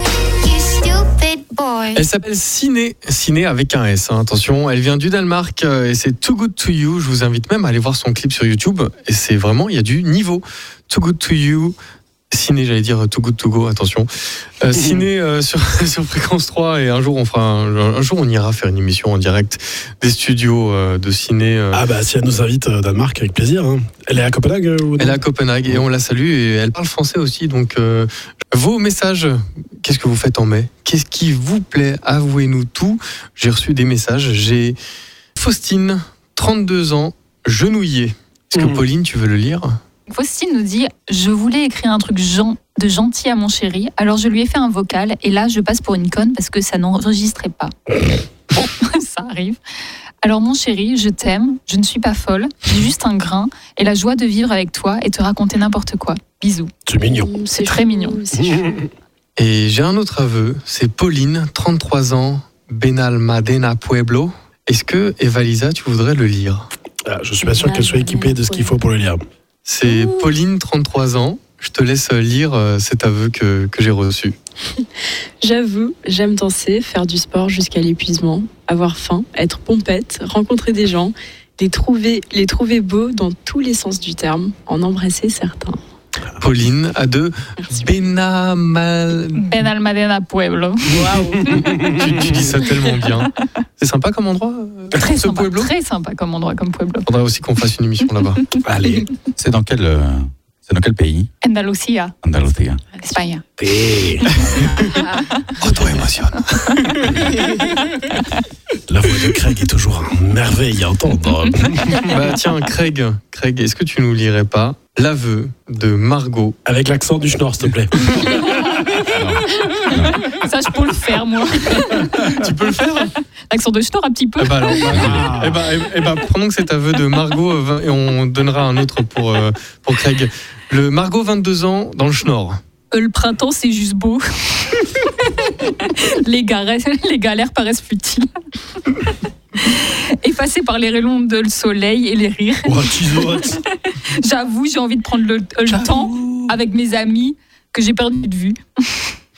Speaker 7: You stupid boy.
Speaker 1: Elle s'appelle Ciné, Ciné avec un S, hein, attention. Elle vient du Danemark euh, et c'est Too Good To You. Je vous invite même à aller voir son clip sur YouTube. Et c'est vraiment, il y a du niveau. Too Good To You, Ciné, j'allais dire euh, Too Good To Go, attention. Euh, ciné euh, sur, *laughs* sur Fréquence 3 et un jour on fera, un, un jour on ira faire une émission en direct des studios euh, de Ciné. euh,
Speaker 2: Ah bah si elle nous invite euh, Danemark avec plaisir. hein. Elle est à Copenhague euh, ou
Speaker 1: Elle est à Copenhague et on la salue et elle parle français aussi. Donc, euh, vos messages, qu'est-ce que vous faites en mai Qu'est-ce qui vous plaît Avouez-nous tout. J'ai reçu des messages. J'ai Faustine, 32 ans, genouillée. Est-ce que
Speaker 2: Mhm.
Speaker 1: Pauline, tu veux le lire
Speaker 6: Faustine nous dit Je voulais écrire un truc gen- de gentil à mon chéri, alors je lui ai fait un vocal et là je passe pour une conne parce que ça n'enregistrait pas. *laughs* Bon, ça arrive. Alors mon chéri, je t'aime, je ne suis pas folle, j'ai juste un grain et la joie de vivre avec toi et te raconter n'importe quoi. Bisous.
Speaker 2: C'est mignon.
Speaker 5: Mmh,
Speaker 6: C'est très
Speaker 5: chou,
Speaker 6: mignon.
Speaker 5: c'est chou.
Speaker 1: Et j'ai un autre aveu. C'est Pauline, 33 ans, Benalmadena Pueblo. Est-ce que, Evalisa, tu voudrais le lire
Speaker 2: Ah, je suis pas sûr qu'elle soit équipée de ce qu'il faut pour le lire.
Speaker 1: C'est Pauline, 33 ans. Je te laisse lire euh, cet aveu que, que j'ai reçu.
Speaker 5: J'avoue, j'aime danser, faire du sport jusqu'à l'épuisement, avoir faim, être pompette, rencontrer des gens, les trouver, les trouver beaux dans tous les sens du terme, en embrasser certains.
Speaker 1: Pauline, à deux. Benamal.
Speaker 6: Ben Almadena Pueblo.
Speaker 1: tu, tu dis ça tellement
Speaker 6: *laughs*
Speaker 1: bien. C'est sympa comme endroit, euh,
Speaker 6: Très
Speaker 1: ce
Speaker 6: sympa,
Speaker 1: pueblo.
Speaker 6: très sympa comme endroit, comme Pueblo.
Speaker 1: Faudrait aussi qu'on fasse une émission
Speaker 6: *laughs*
Speaker 1: là-bas.
Speaker 2: Allez.
Speaker 4: C'est dans quel euh, c'est dans quel pays
Speaker 6: Andalucía,
Speaker 4: Andalousie.
Speaker 6: Espagne.
Speaker 2: Et
Speaker 1: Auto-émotionne.
Speaker 2: La voix de Craig est toujours une merveille
Speaker 1: *laughs*
Speaker 2: à entendre.
Speaker 1: Bah tiens, Craig, Craig, est-ce que tu nous lirais pas l'aveu de Margot
Speaker 2: Avec l'accent du schnorr, s'il te plaît.
Speaker 6: Ça, je peux le faire, moi.
Speaker 1: *laughs* Tu peux le faire
Speaker 6: L'accent de Schnorr, un petit peu.
Speaker 1: Eh bah, alors, bah,
Speaker 2: Ah.
Speaker 1: eh bah, eh- eh bah, prenons que cet aveu de Margot euh, vingt- et on donnera un autre pour, euh, pour Craig. Le Margot, 22 ans, dans le Schnorr.
Speaker 6: Euh, Le printemps, c'est juste beau. *laughs* les, gares- les galères paraissent futiles. *laughs* Effacées par les rayons de le soleil et les rires.
Speaker 2: Oh, Jesus.
Speaker 6: J'avoue, j'ai envie de prendre le, le temps avec mes amis que j'ai perdu de vue. *laughs*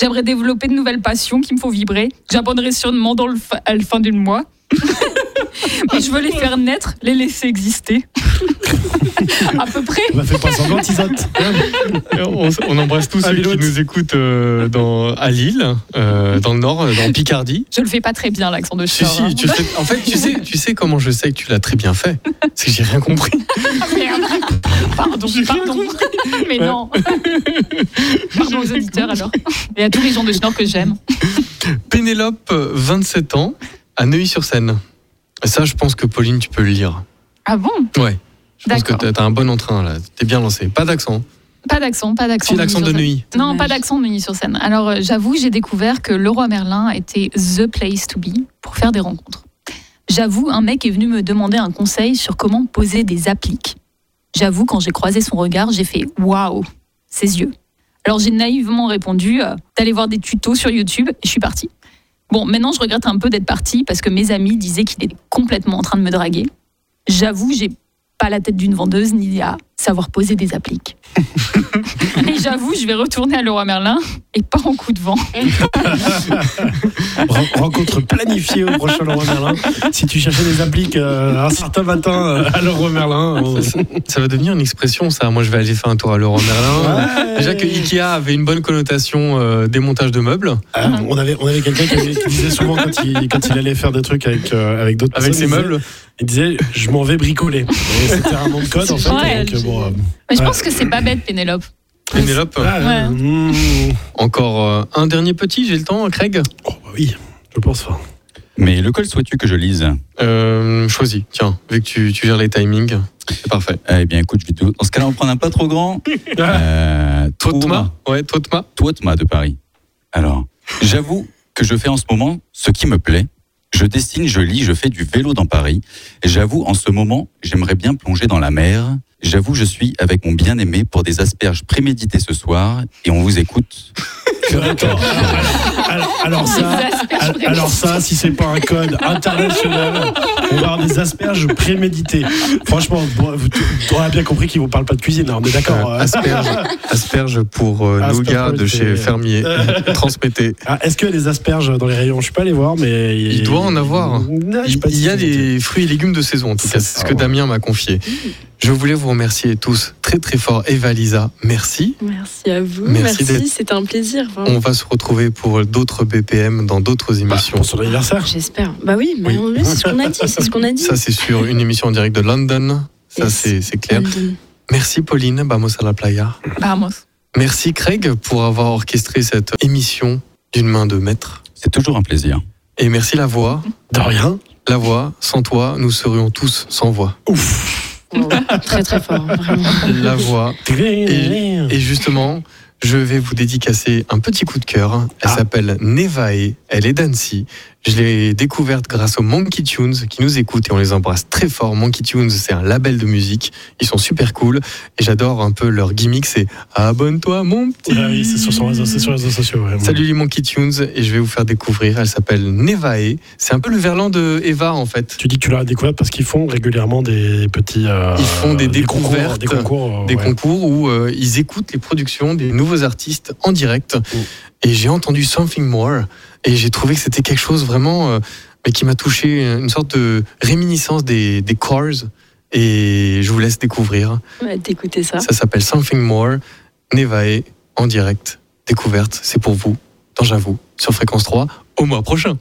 Speaker 6: J'aimerais développer de nouvelles passions qui me font vibrer. J'abandonnerai sûrement dans le fa- à la fin
Speaker 1: *laughs*
Speaker 6: du mois. Mais je veux les faire naître, les laisser exister. *laughs* à peu près.
Speaker 2: Elle m'a fait pas semblant, Tizotte.
Speaker 1: Et On, on embrasse tous
Speaker 2: À
Speaker 1: ceux qui
Speaker 2: Lille.
Speaker 1: nous écoutent euh, dans, à Lille, euh, dans le Nord, euh, dans Picardie.
Speaker 6: Je le fais pas très bien, l'accent de
Speaker 1: Si,
Speaker 6: Schnorr. hein.
Speaker 1: si, tu sais, en fait, tu sais, tu sais comment je sais que tu l'as très bien fait. C'est que j'ai rien compris.
Speaker 6: Ah, Merde. Pardon, pardon. *laughs* Mais non. Pardon aux auditeurs alors. Et à tous les gens de Schnorr que j'aime.
Speaker 1: *laughs* Pénélope, euh, 27 ans, à Neuilly-sur-Seine. Ça, je pense que Pauline, tu peux le lire.
Speaker 6: Ah bon
Speaker 1: Ouais. Je pense que
Speaker 6: D'accord.
Speaker 1: t'as t'as un bon entrain, là. T'es bien lancé. Pas d'accent.
Speaker 6: Pas d'accent, pas d'accent.
Speaker 1: C'est l'accent de Neuilly.
Speaker 6: Non,
Speaker 5: Dommage.
Speaker 6: pas d'accent de sur scène. Alors euh, j'avoue, j'ai découvert que le roi Merlin était the place to be pour faire des rencontres.
Speaker 8: J'avoue, un mec est venu me demander un conseil sur comment poser des appliques. J'avoue, quand j'ai croisé son regard, j'ai fait waouh, ses yeux. Alors j'ai naïvement répondu euh, d'aller voir des tutos sur YouTube et je suis partie. Bon, maintenant je regrette un peu d'être partie parce que mes amis disaient qu'il était complètement en train de me draguer. J'avoue, j'ai pas la tête d'une vendeuse ni à savoir poser des appliques. et j'avoue, je vais retourner à Leroy Merlin et pas en coup de vent.
Speaker 2: Ren- Rencontre planifiée au prochain Leroy Merlin. Si tu cherchais des appliques euh, un certain matin euh, à Leroy Merlin. on-
Speaker 1: Ça va devenir une expression, ça. Moi, je vais aller faire un tour à Laurent Merlin.
Speaker 2: Ouais.
Speaker 1: Déjà que Ikea avait une bonne connotation euh, démontage de meubles.
Speaker 2: Ah, on avait, on avait quelqu'un qui, avait- qui disait souvent quand il, quand il allait faire des trucs avec, euh, avec d'autres
Speaker 1: Avec
Speaker 2: personnes,
Speaker 1: ses
Speaker 2: il disait-
Speaker 1: meubles,
Speaker 2: Il disait Je m'en vais bricoler. Et C'était un nom de code en fait.
Speaker 8: Ouais,
Speaker 2: donc, bon, euh,
Speaker 8: Mais je
Speaker 2: Ouais.
Speaker 8: pense que c'est pas bête, Pénélope.
Speaker 1: Pénélope.
Speaker 2: ah, euh, mm,
Speaker 1: Encore euh, un dernier petit, j'ai le temps, Craig
Speaker 2: oh, bah oui, je pense pas.
Speaker 4: Mais lequel souhaites-tu que je lise
Speaker 1: Euh, Choisis, tiens, vu que tu, tu gères les timings. C'est parfait.
Speaker 4: Eh bien, écoute, je vais te- dans ce cas-là, on prend un pas trop grand. Euh,
Speaker 1: Toi, Thomas
Speaker 4: Thomas.
Speaker 1: Ouais, toi, Thomas.
Speaker 4: Toi, Thomas de Paris. Alors, j'avoue que je fais en ce moment ce qui me plaît. Je dessine, je lis, je fais du vélo dans Paris. Et j'avoue, en ce moment, j'aimerais bien plonger dans la mer. J'avoue, je suis avec mon bien-aimé pour des asperges préméditées ce soir. Et on vous écoute.
Speaker 2: D'accord. Alors, alors- alors ça, alors, alors ça, si c'est pas un code international, on va avoir des asperges préméditées. Franchement, bon, vous- tu t'auras bien compris qu'ils vous parlent pas de cuisine, là, on est d'accord.
Speaker 1: Euh,
Speaker 2: hein. *laughs*
Speaker 1: asperge, asperge pour euh,
Speaker 2: Asperge,
Speaker 1: nougat de
Speaker 2: c'est-
Speaker 1: chez Fermier. *laughs* Transmettez.
Speaker 2: Ah, Est-ce qu'il y a des asperges dans les rayons Je suis pas allé voir, mais
Speaker 1: Il doit en avoir.
Speaker 2: Non, Ah, je sais
Speaker 1: Il
Speaker 2: pas si
Speaker 1: il y a
Speaker 2: c'est-
Speaker 1: des fruits et légumes de saison, en tout
Speaker 2: C'est
Speaker 1: cas,
Speaker 2: ça,
Speaker 1: c'est ce que
Speaker 2: ouais.
Speaker 1: Damien m'a confié. Je voulais vous remercier tous très très fort. Eva, Lisa, merci.
Speaker 5: Merci à vous.
Speaker 1: Merci
Speaker 5: Merci,
Speaker 1: d'être-
Speaker 5: c'était un plaisir. vraiment.
Speaker 1: On va se retrouver pour d'autres BPM dans d'autres
Speaker 2: Bah,
Speaker 1: émissions.
Speaker 2: pour son anniversaire.
Speaker 5: J'espère. Bah oui, mais
Speaker 1: Oui.
Speaker 5: on- oui, c'est ce qu'on a dit. C'est ce
Speaker 1: *laughs*
Speaker 5: qu'on a dit.
Speaker 1: Ça, c'est sur une émission en direct de London. Ça,
Speaker 5: Yes.
Speaker 1: c'est c'est clair.
Speaker 5: London.
Speaker 1: Merci, Pauline. Vamos a la playa.
Speaker 6: Vamos.
Speaker 1: Merci, Craig, pour avoir orchestré cette émission d'une main de maître.
Speaker 4: C'est toujours un plaisir.
Speaker 1: Et merci, la voix.
Speaker 2: De rien.
Speaker 1: La voix, sans toi, nous serions tous sans voix.
Speaker 5: Wow. Très très fort, vraiment.
Speaker 1: La
Speaker 2: *laughs*
Speaker 1: voix. Et justement, je vais vous dédicacer un petit coup de cœur. Elle
Speaker 2: Ah.
Speaker 1: s'appelle Nevae. Elle est d'Annecy. Je l'ai découverte grâce aux Monkey Tunes qui nous écoutent et on les embrasse très fort. Monkey Tunes, c'est un label de musique. Ils sont super cool et j'adore un peu leur gimmick. C'est abonne-toi, mon petit.
Speaker 2: Ah oui, c'est sur, son réseau- c'est sur les réseaux sociaux. ouais.
Speaker 1: Salut les Monkey Tunes et je vais vous faire découvrir. Elle s'appelle Nevae. C'est un peu le verlan de Eva en fait.
Speaker 2: Tu dis que tu l'as découvert parce qu'ils font régulièrement des petits. euh,
Speaker 1: Ils font des
Speaker 2: concours,
Speaker 1: découvertes,
Speaker 2: Des concours. euh,
Speaker 1: des
Speaker 2: ouais.
Speaker 1: concours où euh, ils écoutent les productions des nouveaux artistes en direct.
Speaker 2: Mm.
Speaker 1: Et j'ai entendu Something More et j'ai trouvé que c'était quelque chose vraiment euh, mais qui m'a touché, une sorte de réminiscence des, des Cars. Et je vous laisse découvrir.
Speaker 5: Ouais, D'écouter ça.
Speaker 1: Ça s'appelle Something More, Nevae en direct. Découverte, c'est pour vous, dans J'avoue, sur Fréquence 3, au mois prochain.